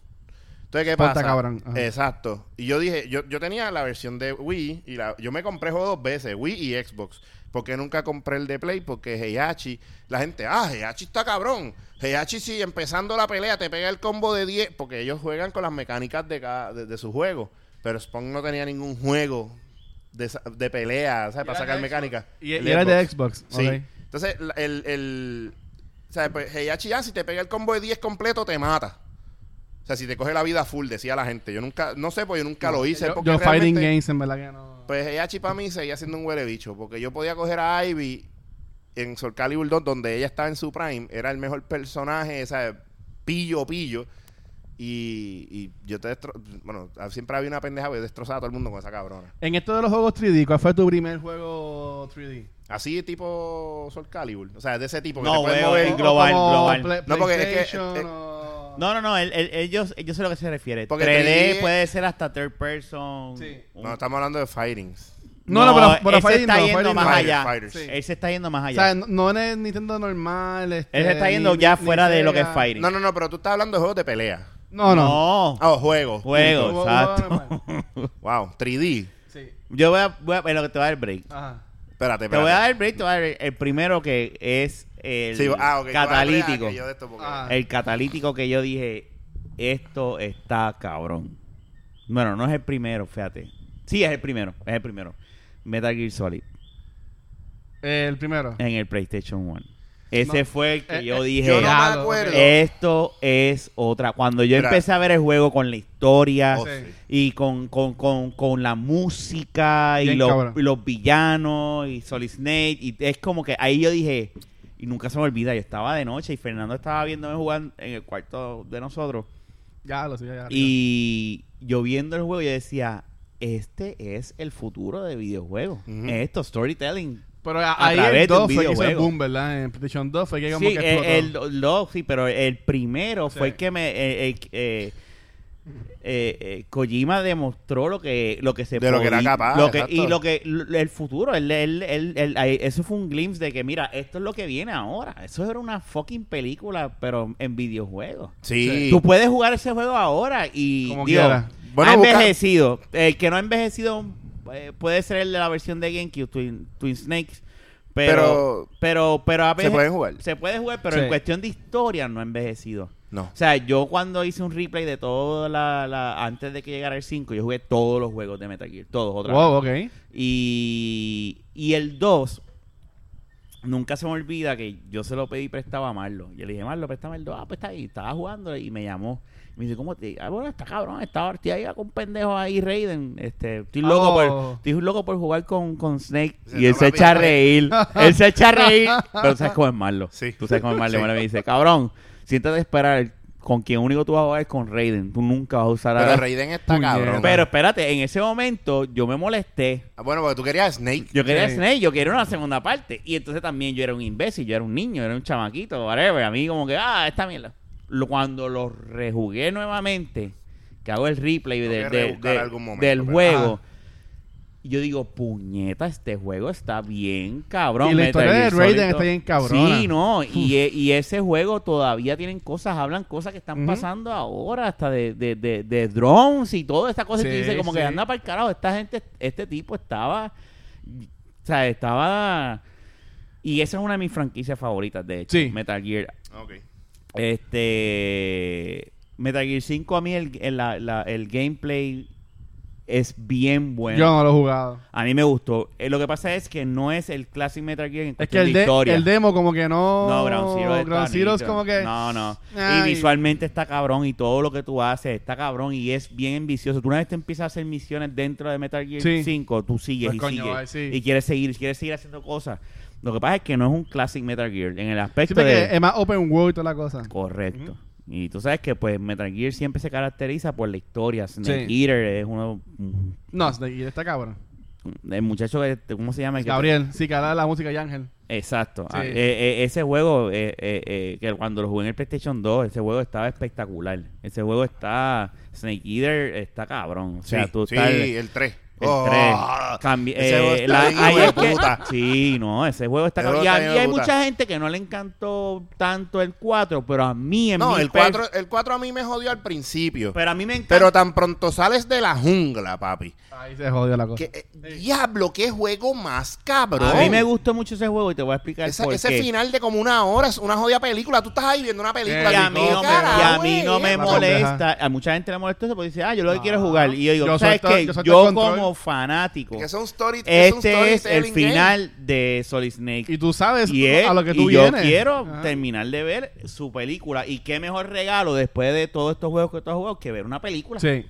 Speaker 2: Entonces, ¿qué
Speaker 1: Spawn
Speaker 2: pasa?
Speaker 1: está cabrón, ajá.
Speaker 2: Exacto. Y yo dije, yo, yo tenía la versión de Wii y la, yo me compré juegos dos veces, Wii y Xbox. Porque nunca compré el de Play, porque Heihachi, la gente, ah, Heihachi está cabrón. Heihachi sí, empezando la pelea, te pega el combo de 10, porque ellos juegan con las mecánicas de, cada, de, de su juego. Pero Spawn no tenía ningún juego de, esa- de pelea, ¿sabes?
Speaker 1: Y
Speaker 2: Para
Speaker 1: era
Speaker 2: sacar
Speaker 1: de
Speaker 2: mecánicas.
Speaker 1: y,
Speaker 2: El
Speaker 1: y era de Xbox.
Speaker 2: Sí.
Speaker 1: ok.
Speaker 2: Entonces, la- el, el. O sea, pues, Heihachi ya, si te pega el combo de 10 completo, te mata. O sea, si te coge la vida full, decía la gente. Yo nunca, no sé, pues yo nunca lo hice.
Speaker 1: Yo,
Speaker 2: porque
Speaker 1: yo
Speaker 2: realmente,
Speaker 1: Fighting Games, en verdad que no.
Speaker 2: Pues Heihachi para mí seguía siendo un huele bicho. Porque yo podía coger a Ivy en Soul Calibur 2, donde ella estaba en su prime. Era el mejor personaje, o sea, pillo, pillo. Y, y yo te destro... Bueno, siempre había una pendeja que destrozaba a todo el mundo con esa cabrona.
Speaker 1: En esto de los juegos 3D, ¿cuál fue tu primer juego 3D?
Speaker 2: Así tipo Soul Calibur. O sea, de ese tipo. Que
Speaker 3: No,
Speaker 2: te puedes
Speaker 3: huevo,
Speaker 2: mover.
Speaker 3: el global,
Speaker 1: Como
Speaker 3: global.
Speaker 1: Play-
Speaker 2: No, porque es que-
Speaker 1: PlayStation
Speaker 2: eh,
Speaker 1: o-
Speaker 3: No, no, no. el- el- ellos, yo sé a lo que se refiere.
Speaker 2: Porque
Speaker 3: 3D
Speaker 2: 3D
Speaker 3: puede ser hasta third person.
Speaker 1: Sí.
Speaker 3: Un-
Speaker 2: No, estamos hablando de Fightings.
Speaker 1: No, no, pero- pero
Speaker 3: ese
Speaker 1: Fighting
Speaker 3: está
Speaker 1: no,
Speaker 3: yendo
Speaker 1: Fighting
Speaker 3: más
Speaker 1: no.
Speaker 2: Fighter,
Speaker 3: allá.
Speaker 2: Fighters.
Speaker 1: Sí.
Speaker 3: Él se está yendo más
Speaker 1: O
Speaker 3: allá.
Speaker 1: sea, no, no en el Nintendo normal. Este,
Speaker 3: Él se está
Speaker 1: ni-
Speaker 3: yendo
Speaker 1: ni-
Speaker 3: ya
Speaker 1: ni
Speaker 3: fuera de lo que es
Speaker 1: Sega.
Speaker 3: fighting.
Speaker 2: No, no, no, pero tú estás hablando de juegos de pelea.
Speaker 1: No, no.
Speaker 3: No.
Speaker 2: Ah, o juegos.
Speaker 3: Juego,
Speaker 1: Juego-
Speaker 3: exacto.
Speaker 1: juego
Speaker 2: Wow, 3D.
Speaker 1: Sí.
Speaker 3: Yo voy a, voy a- en lo que te voy a dar el break.
Speaker 1: Ajá.
Speaker 2: Espérate, espérate.
Speaker 3: Te voy a dar el break, te voy a dar el, el primero que es el
Speaker 2: Sí, ah, ok, tú vas a pelear,
Speaker 3: catalítico.
Speaker 2: que yo de esto porque-
Speaker 1: Ah.
Speaker 3: El catalítico que yo dije, esto está cabrón. Bueno, no es el primero, fíjate. Sí, es el primero, es el primero. Metal Gear Solid
Speaker 1: Eh, El primero.
Speaker 3: en el PlayStation 1. Ese
Speaker 1: No.
Speaker 3: fue el que
Speaker 1: Eh,
Speaker 3: yo
Speaker 1: eh,
Speaker 3: dije.
Speaker 2: Yo no me
Speaker 3: "Ah,
Speaker 2: acuerdo.
Speaker 3: Esto es otra. Cuando yo
Speaker 2: Mira.
Speaker 3: empecé a ver el juego con la historia
Speaker 2: Oh,
Speaker 1: Sí.
Speaker 2: sí.
Speaker 3: y con, con, con, con la música y
Speaker 1: Bien
Speaker 3: los,
Speaker 1: cabrón.
Speaker 3: y los villanos y Solid Snake, y es como que ahí yo dije, y nunca se me olvida, yo estaba de noche y Fernando estaba viéndome jugar en el cuarto de nosotros.
Speaker 1: Ya lo sé, ya. ya.
Speaker 3: Y yo viendo el juego, yo decía, este es el futuro de videojuegos.
Speaker 2: Ujú.
Speaker 3: Esto, storytelling.
Speaker 1: Pero a-
Speaker 3: a
Speaker 1: ahí
Speaker 3: través de
Speaker 1: el 2
Speaker 3: un
Speaker 1: fue que hizo el
Speaker 3: videojuego.
Speaker 1: boom, ¿verdad? En PlayStation 2 fue que como
Speaker 3: Sí, eh,
Speaker 1: que
Speaker 3: el,
Speaker 1: explotó.
Speaker 3: el- lo- sí, pero el primero
Speaker 1: Sí.
Speaker 3: fue el que me... eh, eh, eh, eh, eh, Kojima demostró lo que lo que se
Speaker 2: De lo que era
Speaker 3: podía-
Speaker 2: capaz,
Speaker 3: lo que- y
Speaker 2: exacto.
Speaker 3: lo que l- el futuro él- él- él- él- ahí- eso fue un glimpse de que mira esto es lo que viene ahora eso era una fucking película pero en videojuegos
Speaker 2: Sí.
Speaker 3: Tú puedes jugar ese juego ahora y
Speaker 1: Como
Speaker 3: digo,
Speaker 1: quiera.
Speaker 2: Bueno,
Speaker 3: ha
Speaker 2: busca-
Speaker 3: envejecido. El que no ha envejecido eh, puede ser el de la versión de GameCube, Twin, Twin Snakes. Pero, pero, pero, a
Speaker 2: ¿Se
Speaker 3: veces-
Speaker 2: pueden jugar?
Speaker 3: Se puede jugar, pero
Speaker 1: Sí.
Speaker 3: en cuestión de historia no ha envejecido.
Speaker 2: No.
Speaker 3: O sea, yo cuando hice un replay de toda la, la- Antes de que llegara el 5, yo jugué todos los juegos de Metal Gear, todos otra vez.
Speaker 1: Wow, ok.
Speaker 3: Y, y el 2, nunca se me olvida que yo se lo pedí prestado a Marlo. Yo le dije, Marlo, préstame el 2. Ah, pues está ahí. Estaba jugando y me llamó. Me dice, ¿cómo te.? Ah, bueno, está cabrón. Estaba estoy ahí con un pendejo ahí, Raiden. Este, estoy loco,
Speaker 1: Oh.
Speaker 3: por, estoy loco por jugar con, con Snake.
Speaker 2: Dice,
Speaker 3: y él
Speaker 2: "No,
Speaker 3: se
Speaker 2: papi,
Speaker 3: echa a
Speaker 2: no".
Speaker 3: reír. él se echa a reír. Pero sabes cómo es Marlo.
Speaker 2: Sí.
Speaker 3: Tú sabes cómo es Marlo.
Speaker 2: Sí.
Speaker 3: Marlo me dice, cabrón, siéntate a esperar. Con quien único tú vas a jugar es con Raiden. Tú nunca vas a usar
Speaker 2: Pero
Speaker 3: a.
Speaker 2: Raiden está
Speaker 1: Puñeta.
Speaker 2: cabrón.
Speaker 3: Pero espérate, en ese momento yo me molesté.
Speaker 2: Ah, Bueno, porque tú querías a Snake.
Speaker 3: Yo quería
Speaker 1: Sí.
Speaker 3: Snake, yo quería una segunda parte. Y entonces también yo era un imbécil, yo era un niño, era un chamaquito, whatever. A mí como que, ah, esta mierda. Lo- Cuando lo rejugué nuevamente, que hago el replay
Speaker 2: Tengo
Speaker 3: de-
Speaker 2: que
Speaker 3: de-
Speaker 2: rebuscar
Speaker 3: de-
Speaker 2: algún momento,
Speaker 3: del
Speaker 2: pero-
Speaker 3: juego, yo digo, puñeta, este juego está bien cabrón.
Speaker 1: Y la
Speaker 3: Metal
Speaker 1: historia de
Speaker 3: Gear Solid
Speaker 1: Raiden
Speaker 3: to-
Speaker 1: está bien cabrona.
Speaker 3: Sí, no, y, e- y ese juego todavía tienen cosas, hablan cosas que están
Speaker 1: Ujú.
Speaker 3: pasando ahora, hasta de, de, de, de drones y toda esta cosa. y tú
Speaker 1: Sí,
Speaker 3: dices como que
Speaker 1: sí.
Speaker 3: anda para el carajo, esta gente, este tipo estaba... O sea, estaba. Y esa es una de mis franquicias favoritas, de hecho.
Speaker 1: Sí.
Speaker 3: Metal Gear.
Speaker 2: Ok.
Speaker 3: Este. Metal Gear 5, a mí el, el- la- la- el gameplay es bien bueno.
Speaker 1: Yo no lo he jugado.
Speaker 3: A mí me gustó. Eh, lo que pasa es que no es el Classic Metal Gear en
Speaker 1: Es que
Speaker 3: cuestión
Speaker 1: el,
Speaker 3: de
Speaker 1: de,
Speaker 3: historia.
Speaker 1: el demo como que no...
Speaker 3: No, Ground Zero está
Speaker 1: Ground Zero es
Speaker 3: nítido.
Speaker 1: como que...
Speaker 3: No, no.
Speaker 1: Ay.
Speaker 3: Y visualmente está cabrón y todo lo que tú haces está cabrón y es bien ambicioso. Tú una vez te empiezas a hacer misiones dentro de Metal Gear
Speaker 1: Sí.
Speaker 3: 5, tú sigues
Speaker 1: Pues
Speaker 3: y
Speaker 1: coño,
Speaker 3: sigues.
Speaker 1: ay, sí.
Speaker 3: Y quieres seguir, y quieres seguir haciendo cosas. Lo que pasa es que no es un classic Metal Gear en el
Speaker 1: Sí,
Speaker 3: aspecto
Speaker 1: porque
Speaker 3: de...
Speaker 1: es más open world y toda la cosa.
Speaker 3: Correcto. Y tú sabes que pues Metal Gear siempre se caracteriza por la historia. Snake
Speaker 1: Sí.
Speaker 3: Eater es uno... mm,
Speaker 1: No, Snake Eater está cabrón.
Speaker 3: El muchacho, que- ¿cómo se llama? El que-
Speaker 1: Gabriel, sí, que habla de la música y Ángel.
Speaker 3: Exacto.
Speaker 1: Sí.
Speaker 3: Ah, eh, eh, ese juego, eh, eh, eh, que cuando lo jugué en el PlayStation 2, ese juego estaba espectacular. Ese juego está. Snake Eater está cabrón. O
Speaker 2: Sí,
Speaker 3: sea, tú
Speaker 2: sí,
Speaker 3: estás. el
Speaker 2: el 3.
Speaker 3: tres. Cambi-
Speaker 2: ese juego
Speaker 3: eh,
Speaker 2: está
Speaker 3: la-
Speaker 2: bien
Speaker 3: ahí
Speaker 2: hijo de
Speaker 3: es que-
Speaker 2: puta.
Speaker 3: Sí, no, ese juego está
Speaker 2: Ese juego
Speaker 3: cabrón. Y,
Speaker 2: está
Speaker 3: a-
Speaker 2: bien
Speaker 3: y
Speaker 2: hijo
Speaker 3: hay
Speaker 2: de puta.
Speaker 3: mucha gente que no le encantó tanto el 4, pero a mí en
Speaker 2: No,
Speaker 3: mi
Speaker 2: el
Speaker 3: per-
Speaker 2: 4, el 4 a mí me jodió al principio.
Speaker 3: Pero a mí me encanta.
Speaker 2: Pero tan pronto sales de la jungla, papi.
Speaker 1: Ahí se jodió la cosa.
Speaker 2: Que, eh, Diablo, qué juego más cabrón.
Speaker 3: a mí me gustó mucho ese juego y te voy a explicar
Speaker 2: Esa-
Speaker 3: por
Speaker 2: ese
Speaker 3: qué.
Speaker 2: final de como una hora es una jodida película. Tú estás ahí viendo una película.
Speaker 1: Eh,
Speaker 3: Y a
Speaker 2: tú,
Speaker 3: mí no me,
Speaker 2: "Carajo,
Speaker 3: y a mí no
Speaker 2: eh".
Speaker 3: me
Speaker 1: La
Speaker 3: molesta. A mucha gente le molesta eso porque dice, ah, yo lo que quiero es
Speaker 1: Ah.
Speaker 3: jugar. Y yo digo,
Speaker 1: Yo
Speaker 3: ¿sabes
Speaker 1: suelto- yo
Speaker 3: qué? Yo,
Speaker 1: suelto el control.
Speaker 3: como fanático,
Speaker 2: Que son story, que son
Speaker 3: este es el
Speaker 2: storytelling
Speaker 3: final de Solid Snake.
Speaker 1: Y tú sabes
Speaker 3: Y es-
Speaker 1: a lo que tú
Speaker 3: y yo
Speaker 1: vienes.
Speaker 3: quiero
Speaker 1: Ajá.
Speaker 3: terminar de ver su película. Y qué mejor regalo después de todos estos juegos que tú has jugado que ver una película.
Speaker 1: Sí.
Speaker 2: game.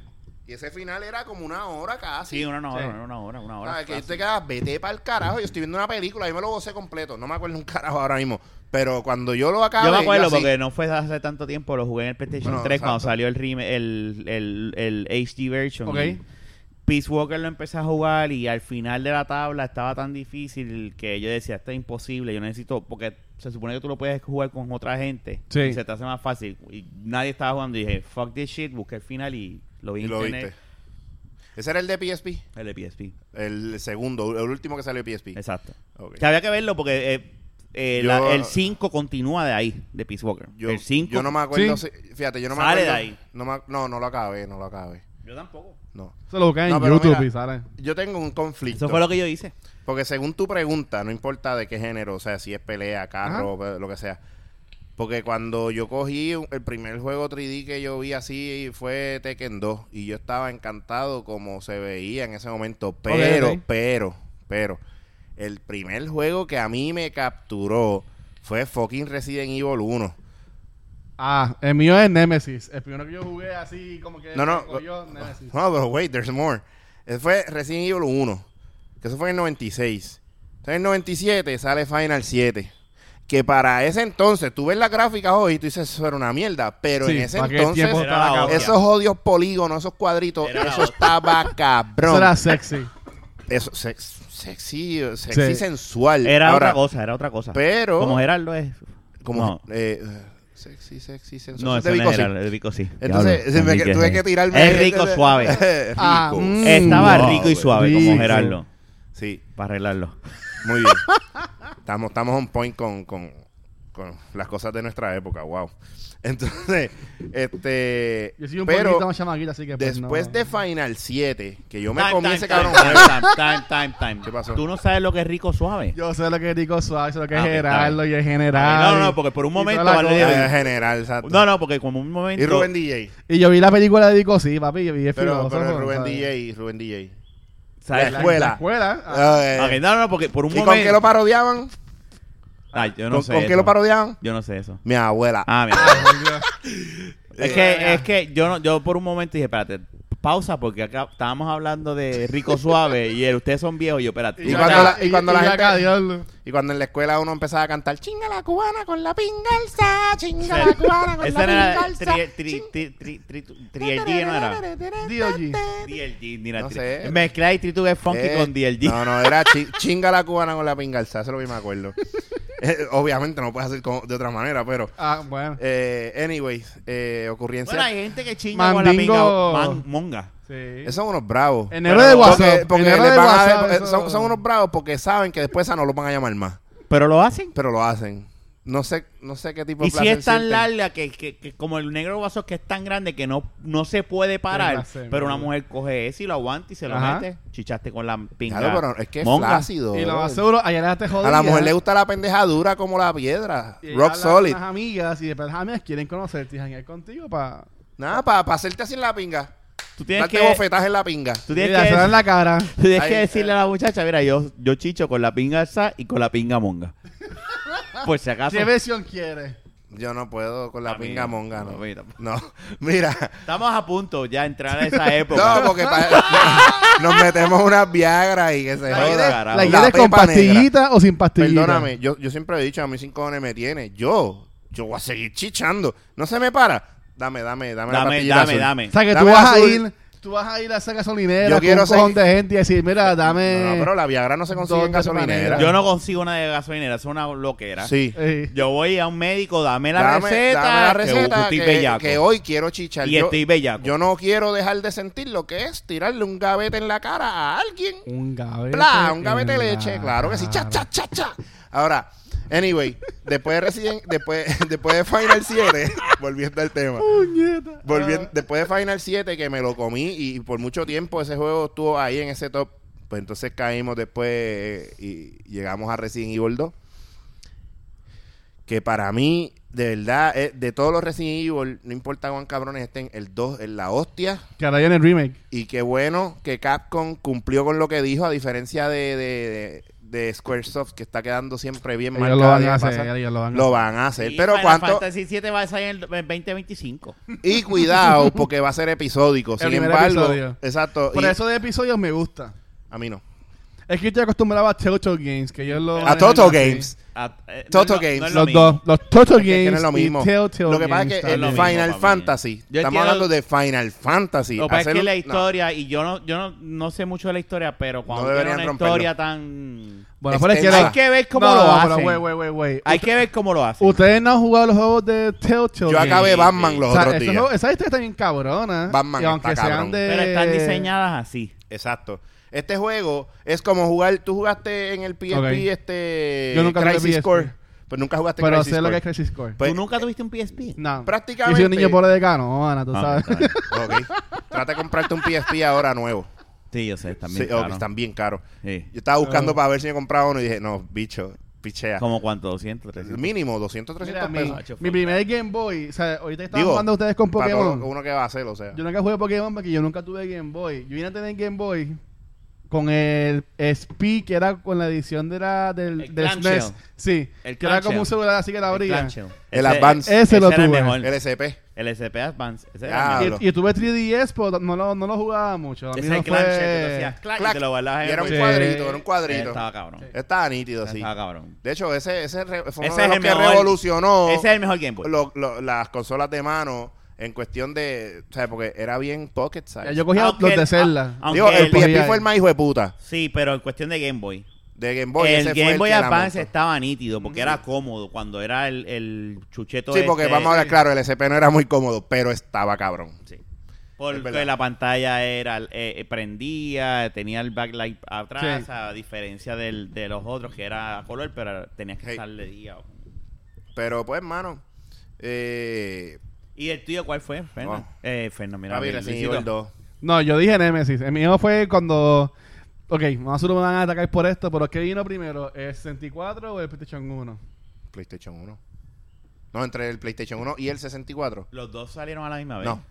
Speaker 2: Y ese final era como una hora casi.
Speaker 3: Sí, una, una hora,
Speaker 1: Sí.
Speaker 3: una hora, una hora.
Speaker 2: Ah, que tú te quedas, vete para el carajo. Yo estoy viendo una película, yo me lo gocé completo. No me acuerdo un carajo ahora mismo. Pero cuando yo lo acabé.
Speaker 3: Yo me acuerdo
Speaker 2: así,
Speaker 3: porque no fue hace tanto tiempo, lo jugué en el PlayStation
Speaker 2: Bueno,
Speaker 3: 3 cuando
Speaker 2: exacto.
Speaker 3: salió el, reme- el, el, el HD version.
Speaker 1: Ok.
Speaker 3: Y Peace Walker lo empecé a jugar y al final de la tabla estaba tan difícil que yo decía, esto es imposible, yo necesito, porque se supone que tú lo puedes jugar con otra gente
Speaker 1: Sí.
Speaker 3: y se te hace más fácil. Y nadie estaba jugando y dije, fuck this shit, busqué el final y lo vi
Speaker 2: Y
Speaker 3: en
Speaker 2: lo
Speaker 3: internet.
Speaker 2: viste. Ese era el de PSP.
Speaker 3: El de PSP.
Speaker 2: El segundo, el último que salió de PSP.
Speaker 3: Exacto.
Speaker 2: Ok.
Speaker 3: Que había que verlo porque eh, eh,
Speaker 2: Pues. Yo-
Speaker 3: la- el 5 continúa de ahí, de Peace Walker.
Speaker 2: Yo,
Speaker 3: el 5...
Speaker 2: yo no me acuerdo.
Speaker 1: Sí.
Speaker 2: si- fíjate, yo no me
Speaker 3: Sale
Speaker 2: acuerdo.
Speaker 3: de ahí.
Speaker 2: No, me ac- no, no lo acabé, no lo acabé.
Speaker 3: yo tampoco.
Speaker 2: No.
Speaker 1: Se lo buscan
Speaker 2: No,
Speaker 1: en
Speaker 2: pero
Speaker 1: YouTube
Speaker 2: mira,
Speaker 1: y sale.
Speaker 2: Yo tengo un conflicto.
Speaker 3: Eso fue lo que yo hice.
Speaker 2: Porque según tu pregunta, no importa de qué género, o sea, si es pelea, carro, eh, lo que sea. Porque cuando yo cogí un- el primer juego 3D que yo vi así fue Tekken 2 y yo estaba encantado como se veía en ese momento, pero
Speaker 1: ok.
Speaker 2: pero pero el primer juego que a mí me capturó fue fucking Resident Evil 1.
Speaker 1: Ah, el mío es Nemesis. El primero que yo jugué así como que...
Speaker 2: No, no.
Speaker 1: me cogió, Nemesis.
Speaker 2: No, pero wait, there's more. Ese fue Resident Evil 1. Que eso fue en el 96. Entonces en el 97 sale Final 7. Que para ese entonces, tú ves las gráficas hoy y tú dices, eso era una mierda. Pero
Speaker 1: Sí,
Speaker 2: en ese
Speaker 1: para aquel
Speaker 2: entonces,
Speaker 1: tiempo
Speaker 3: Era la
Speaker 1: estaba cabrón.
Speaker 3: hostia.
Speaker 2: esos odios polígonos, esos cuadritos,
Speaker 3: Era la
Speaker 2: eso
Speaker 3: hostia.
Speaker 2: estaba
Speaker 1: Eso
Speaker 2: cabrón.
Speaker 1: era sexy.
Speaker 2: Eso, sex- sexy, sexy
Speaker 1: Sí.
Speaker 2: sensual.
Speaker 3: Era
Speaker 2: Ahora,
Speaker 3: otra cosa, era otra cosa.
Speaker 2: Pero-
Speaker 3: Como Gerardo es.
Speaker 2: Como,
Speaker 3: no,
Speaker 2: eh, sexy, sexy, sensual.
Speaker 3: no
Speaker 2: Eso es
Speaker 3: ese
Speaker 2: de
Speaker 3: no
Speaker 2: Vico, sí.
Speaker 3: era el rico, sí.
Speaker 2: Entonces,
Speaker 3: Diablo,
Speaker 2: se me-
Speaker 3: Enrique,
Speaker 2: tuve
Speaker 3: sí.
Speaker 2: que tirarme.
Speaker 3: Es rico suave.
Speaker 2: Rico,
Speaker 1: Ah, mm.
Speaker 3: Estaba
Speaker 2: suave.
Speaker 3: rico y suave, como
Speaker 1: Rico.
Speaker 3: Gerardo.
Speaker 2: Sí.
Speaker 3: Para arreglarlo.
Speaker 2: Muy bien. Estamos, estamos on point con, con- con las cosas de nuestra época, wow. Entonces, este.
Speaker 1: Yo soy un
Speaker 2: pero
Speaker 1: poquito más chamaquita, así que... pues,
Speaker 2: después
Speaker 1: no.
Speaker 2: de Final 7, que yo me
Speaker 3: Time,
Speaker 2: comí
Speaker 3: time,
Speaker 2: ese
Speaker 3: time,
Speaker 2: cabrón.
Speaker 3: Time, time, time, time.
Speaker 2: ¿Qué pasó?
Speaker 3: Tú no sabes lo que es rico suave.
Speaker 1: Yo sé lo que es Rico Suave, sé lo que
Speaker 3: Ah,
Speaker 1: es
Speaker 3: pues, está
Speaker 1: Gerardo y es general.
Speaker 3: No, no, no, porque por un
Speaker 1: y toda
Speaker 3: momento.
Speaker 1: la
Speaker 3: vale,
Speaker 1: cosa.
Speaker 2: Eh, general, exacto.
Speaker 3: no, no, porque como un momento.
Speaker 2: Y Rubén DJ.
Speaker 1: Y yo vi la película de Rico, sí, papi, yo vi el
Speaker 2: Pero,
Speaker 1: filósofo,
Speaker 2: pero Rubén
Speaker 1: ¿sabes?
Speaker 2: DJ, Rubén DJ.
Speaker 3: ¿sabes?
Speaker 2: la escuela.
Speaker 1: La escuela. ah,
Speaker 2: Eh,
Speaker 3: Ok, no, no, porque por un
Speaker 2: ¿Y con qué
Speaker 3: momento.
Speaker 2: lo parodiaban?
Speaker 3: Ah, yo no
Speaker 2: ¿Con,
Speaker 3: sé.
Speaker 2: con qué
Speaker 3: eso.
Speaker 2: lo parodiaban?
Speaker 3: Yo no sé eso.
Speaker 2: Mi abuela.
Speaker 3: Ah, mira.
Speaker 1: por Dios.
Speaker 3: Es que, es que yo no, yo por un momento dije, espérate, pausa, porque acá estábamos hablando de rico suave y el, ustedes son viejos, y yo, espérate.
Speaker 2: Y
Speaker 1: yo
Speaker 2: cuando
Speaker 1: acá-
Speaker 2: la- y cuando la
Speaker 1: yo
Speaker 2: gente-
Speaker 1: acá, diablo.
Speaker 2: Y cuando en la escuela uno empezaba a cantar chinga la cubana con la pingalsa, chinga la cubana con
Speaker 3: Esa
Speaker 2: la
Speaker 3: era
Speaker 2: pingalsa.
Speaker 3: tri- tri- tri- tri- tri- TRD, ¿no era? DLG, ni la
Speaker 2: No
Speaker 3: tri-
Speaker 2: sé.
Speaker 3: Mezclar y Tritugue Funky
Speaker 2: Eh,
Speaker 3: con DLG.
Speaker 2: No, no, era chi- chinga la cubana con la pingalsa, eso es lo que me acuerdo. Eh, obviamente no puedes hacer con- de otra manera, pero.
Speaker 1: Ah, bueno.
Speaker 2: Eh, anyways, eh, ocurrencia.
Speaker 3: Bueno, hay gente que chinga
Speaker 1: Mandingo.
Speaker 3: con la pinga man- monga.
Speaker 1: Sí.
Speaker 2: esos son unos bravos.
Speaker 1: En negro de
Speaker 2: Porque,
Speaker 1: WhatsApp.
Speaker 2: porque
Speaker 1: en negro
Speaker 2: les
Speaker 1: de
Speaker 2: van a-
Speaker 1: WhatsApp.
Speaker 2: eh,
Speaker 1: eso-
Speaker 2: son, son unos bravos porque saben que después a no los van a llamar más.
Speaker 3: Pero lo hacen.
Speaker 2: Pero lo hacen. No sé, no sé qué tipo de
Speaker 3: Y si es tan
Speaker 2: sienten.
Speaker 3: larga que, que- que como el negro vaso que es tan grande que no, no se puede parar,
Speaker 1: Gracias,
Speaker 3: pero una
Speaker 1: man.
Speaker 3: mujer coge ese y lo aguanta y se lo
Speaker 1: Ajá.
Speaker 3: mete, chichaste con la pinga.
Speaker 2: Claro, pero es que es
Speaker 3: monga.
Speaker 2: flácido.
Speaker 1: Y lo
Speaker 2: bro.
Speaker 1: más seguro, allá la te jodía.
Speaker 2: A la mujer le gusta la pendejadura como la piedra.
Speaker 1: Y ella
Speaker 2: Rock
Speaker 1: habla con
Speaker 2: solid.
Speaker 1: eh, Las amigas y después las amigas quieren conocerte y janguear contigo para.
Speaker 2: Nada, para hacerte así en la pinga.
Speaker 3: Tú tienes
Speaker 2: Darte
Speaker 3: que,
Speaker 2: bofetadas en la pinga.
Speaker 3: tú
Speaker 1: Y
Speaker 3: tienes
Speaker 1: la
Speaker 3: que,
Speaker 1: se dan la cara.
Speaker 3: tú tienes que
Speaker 2: Ahí,
Speaker 3: decirle a la muchacha, mira, yo, yo chicho con la pinga esa y con la pinga monga. Por si acaso.
Speaker 1: ¿Qué versión quieres?
Speaker 2: Yo no puedo con la
Speaker 3: A mí
Speaker 2: pinga
Speaker 3: no.
Speaker 2: monga,
Speaker 3: A
Speaker 2: no.
Speaker 3: mí tampoco.
Speaker 2: No, mira.
Speaker 3: Estamos a punto ya de entrar a esa época.
Speaker 2: No, porque pa- nos metemos unas viagra y que se
Speaker 3: La idea-
Speaker 2: joda.
Speaker 3: Carajo.
Speaker 1: ¿La quieres
Speaker 2: pepa
Speaker 1: con
Speaker 2: negra.
Speaker 1: pastillita o sin pastillita?
Speaker 2: Perdóname, yo, yo siempre he dicho, a mí sin cojones me tiene. Yo, yo voy a seguir chichando. No se me para. Dame, dame, dame, la
Speaker 3: dame,
Speaker 2: pastillita
Speaker 3: dame,
Speaker 2: azul.
Speaker 3: dame.
Speaker 1: O sea, que
Speaker 2: Dame
Speaker 1: tú vas
Speaker 2: azul.
Speaker 1: a ir. Tú vas a ir a esa gasolinera
Speaker 2: Yo
Speaker 1: con
Speaker 2: quiero
Speaker 1: un cojón
Speaker 2: ser-
Speaker 1: de gente y decir, mira, dame.
Speaker 2: No, no, pero la viagra no se consigue en
Speaker 1: Dos de pepa
Speaker 2: gasolinera.
Speaker 1: negra.
Speaker 3: Yo no consigo una de gasolinera, es una loquera.
Speaker 2: Sí.
Speaker 1: Eh,
Speaker 3: Yo voy a un médico, dame la
Speaker 2: dame,
Speaker 3: receta.
Speaker 2: dame la
Speaker 3: que
Speaker 2: receta
Speaker 3: estoy
Speaker 2: que,
Speaker 3: bellaco.
Speaker 2: que hoy quiero chichar.
Speaker 3: Y
Speaker 2: yo,
Speaker 3: estoy bellaco.
Speaker 2: yo no quiero dejar de sentir lo que es tirarle un gavete en la cara a alguien.
Speaker 1: un gavete. Mm,
Speaker 2: Bla, un gavete de
Speaker 1: en
Speaker 2: leche,
Speaker 1: la
Speaker 2: claro que sí. Cha,
Speaker 1: cara.
Speaker 2: cha, cha, cha. Ahora, anyway, después de Resident, después, después de Final 7, volviendo al tema.
Speaker 1: Puñeta.
Speaker 2: Volviendo, después de Final 7 que me lo comí y por mucho tiempo ese juego estuvo ahí en ese top. Pues entonces caímos después eh, y llegamos a Resident Evil 2. Que para mí, de verdad, eh, de todos los Resident Evil, no importa cuán cabrones estén, el 2 es la hostia.
Speaker 1: Que ahora viene el remake.
Speaker 2: Y qué bueno que Capcom cumplió con lo que dijo, a diferencia de, de, de- de Squaresoft, que está quedando siempre bien
Speaker 1: Ellos
Speaker 2: mal.
Speaker 1: lo
Speaker 2: cada
Speaker 1: van
Speaker 2: día
Speaker 1: a
Speaker 2: que
Speaker 1: hacer,
Speaker 2: pasa.
Speaker 1: ellos lo van a
Speaker 2: Lo van a hacer.
Speaker 3: Y
Speaker 2: Pero
Speaker 3: Final
Speaker 2: cuánto.
Speaker 3: Fantasy 7 va a salir en el 2025.
Speaker 2: Y cuidado, porque va a ser episódico. Sin
Speaker 1: primer
Speaker 2: embargo.
Speaker 1: episodio.
Speaker 2: Exacto.
Speaker 1: Por
Speaker 2: y-
Speaker 1: eso de episodios me gusta.
Speaker 2: A mí no.
Speaker 1: Es que yo estoy acostumbrado a Telltale Games, que yo lo...
Speaker 2: A Total Games.
Speaker 3: A- eh,
Speaker 2: Toto
Speaker 3: es lo-
Speaker 2: Games.
Speaker 3: es lo
Speaker 1: Los
Speaker 3: mismo.
Speaker 1: dos. Los Total
Speaker 2: Es que no
Speaker 1: Games
Speaker 2: es lo mismo.
Speaker 1: y Telltale
Speaker 2: Lo que pasa
Speaker 1: Games
Speaker 2: es que el
Speaker 3: lo
Speaker 1: también.
Speaker 3: mismo
Speaker 2: Final
Speaker 3: para mí.
Speaker 2: Fantasy.
Speaker 3: Yo
Speaker 2: estamos
Speaker 3: entiendo-
Speaker 2: hablando de Final Fantasy.
Speaker 3: Lo que pasa es
Speaker 2: Hacer
Speaker 3: que
Speaker 2: un-
Speaker 3: la
Speaker 2: no.
Speaker 3: historia, y yo no, yo no, no sé mucho de la historia, pero cuando tiene
Speaker 2: deberían
Speaker 3: una
Speaker 2: romperlo.
Speaker 3: historia tan...
Speaker 1: Bueno, por
Speaker 2: Extensa.
Speaker 1: izquierda.
Speaker 3: Hay que ver cómo
Speaker 1: No,
Speaker 3: lo
Speaker 1: no,
Speaker 3: hacen.
Speaker 1: pero güey, güey, güey, güey.
Speaker 3: Hay que ver cómo lo hacen.
Speaker 1: Ustedes no han jugado los juegos de Telltale
Speaker 2: Yo
Speaker 1: Games.
Speaker 2: acabé Batman
Speaker 3: sí.
Speaker 2: los
Speaker 1: O sea,
Speaker 2: otros
Speaker 1: esos
Speaker 2: días.
Speaker 1: juegos- esas historias están bien cabronas.
Speaker 2: Batman
Speaker 1: y aunque
Speaker 2: está cabrón.
Speaker 1: sean de...
Speaker 3: Pero están diseñadas así.
Speaker 2: Exacto. Este juego es como jugar. Tú jugaste en el PSP
Speaker 1: Ok.
Speaker 2: este.
Speaker 1: Yo nunca jugué
Speaker 2: Crisis
Speaker 1: PSP.
Speaker 2: Core. Pero nunca jugaste
Speaker 1: Pero
Speaker 2: Este Crisis
Speaker 1: sé lo que
Speaker 2: Core.
Speaker 1: es Crisis Core.
Speaker 2: Pues-
Speaker 3: ¿Tú nunca tuviste un PSP?
Speaker 1: no.
Speaker 2: prácticamente-
Speaker 1: Yo soy un niño pobre de cano, Ana, tú
Speaker 3: Ah,
Speaker 1: sabes.
Speaker 3: está bien.
Speaker 2: Ok. Trata de comprarte un PSP ahora nuevo.
Speaker 3: Sí, yo sé,
Speaker 2: Sí,
Speaker 3: también.
Speaker 2: oh, están bien caros.
Speaker 3: Sí.
Speaker 2: Yo estaba buscando para ver si me compraba uno y dije, no, bicho, pichea.
Speaker 3: ¿Como cuánto? 200, 300.
Speaker 2: Mínimo 200, 300
Speaker 1: Mira, mi,
Speaker 2: pesos.
Speaker 1: mi primer Game Boy, o sea, ahorita que estaban
Speaker 2: Digo,
Speaker 1: jugando ustedes con
Speaker 2: Para todo
Speaker 1: Pokémon.
Speaker 2: lo- uno que va a hacer, o sea.
Speaker 1: Yo nunca jugué Pokémon porque yo nunca tuve Game Boy. Yo vine a tener Game Boy con el Speed, que era con la edición de la, del,
Speaker 3: El
Speaker 1: del
Speaker 3: clamshell.
Speaker 1: SNES. Sí,
Speaker 3: El
Speaker 1: que era
Speaker 3: clamshell.
Speaker 1: como un celular así que la
Speaker 3: El
Speaker 1: abría.
Speaker 3: clamshell.
Speaker 2: El
Speaker 3: Ese-
Speaker 2: Advance.
Speaker 1: Ese lo
Speaker 3: era el
Speaker 1: tuve.
Speaker 3: mejor.
Speaker 2: LSP.
Speaker 3: El SP Advance. Ese
Speaker 2: Ah,
Speaker 3: era el mejor.
Speaker 2: Diablo.
Speaker 1: Y, y tuve 3DS, pero no lo, no lo jugaba mucho. A mí
Speaker 3: Ese
Speaker 1: no
Speaker 3: es el
Speaker 1: fue-
Speaker 3: clanche que tú hacías clac y
Speaker 2: Clac.
Speaker 3: te lo guardabas en
Speaker 2: Y
Speaker 3: el
Speaker 2: era un
Speaker 1: Sí.
Speaker 3: bolsillo.
Speaker 2: cuadrito, era un cuadrito.
Speaker 3: Estaba cabrón.
Speaker 2: Estaba nítido así.
Speaker 3: Estaba Ah, cabrón.
Speaker 2: De hecho, ese, ese re- fue uno
Speaker 3: Ese
Speaker 2: de
Speaker 3: es
Speaker 2: los
Speaker 3: el
Speaker 2: que
Speaker 3: mejor.
Speaker 2: revolucionó
Speaker 3: Ese es el mejor Game Boy.
Speaker 2: lo- lo- las consolas de mano en cuestión de. O sea, porque era bien pocket
Speaker 1: Ya,
Speaker 2: size.
Speaker 1: Yo cogía
Speaker 3: Aunque
Speaker 1: los
Speaker 3: el-
Speaker 1: de Zelda.
Speaker 3: ah, aunque
Speaker 2: Digo, el
Speaker 3: el-
Speaker 2: PSP
Speaker 1: Cogía
Speaker 2: fue el
Speaker 1: ahí.
Speaker 2: más hijo de puta
Speaker 3: Sí, pero en cuestión de Game Boy.
Speaker 2: de Game Boy. ese
Speaker 3: el
Speaker 2: fue
Speaker 3: Game Boy
Speaker 2: que la
Speaker 3: Advance
Speaker 2: montó.
Speaker 3: estaba nítido porque era cómodo cuando era el, el chucheto.
Speaker 2: Sí, porque
Speaker 3: este-
Speaker 2: vamos a hablar claro, el SP no era muy cómodo, pero estaba cabrón.
Speaker 3: Sí.
Speaker 2: Es
Speaker 3: Porque
Speaker 2: verdad.
Speaker 3: la pantalla era eh, eh, prendía, tenía el backlight atrás,
Speaker 1: Sí.
Speaker 3: a diferencia del, de los otros que era a color, pero tenías que
Speaker 2: Sí.
Speaker 3: estar de día.
Speaker 2: Pero pues, mano, eh,
Speaker 3: ¿Y el tuyo cuál fue, Fernan?
Speaker 2: Wow.
Speaker 3: Eh, Fernan, mira.
Speaker 2: papi,
Speaker 3: mi
Speaker 2: Resident
Speaker 3: Luisito.
Speaker 2: Evil 2.
Speaker 1: No, yo dije Nemesis. El mío fue cuando. Ok, nosotros me van a atacar por esto, pero ¿qué vino primero? ¿El 64 o el PlayStation 1?
Speaker 2: PlayStation 1. No, entre el PlayStation 1 y el 64.
Speaker 3: ¿Los dos salieron a la misma vez?
Speaker 2: No.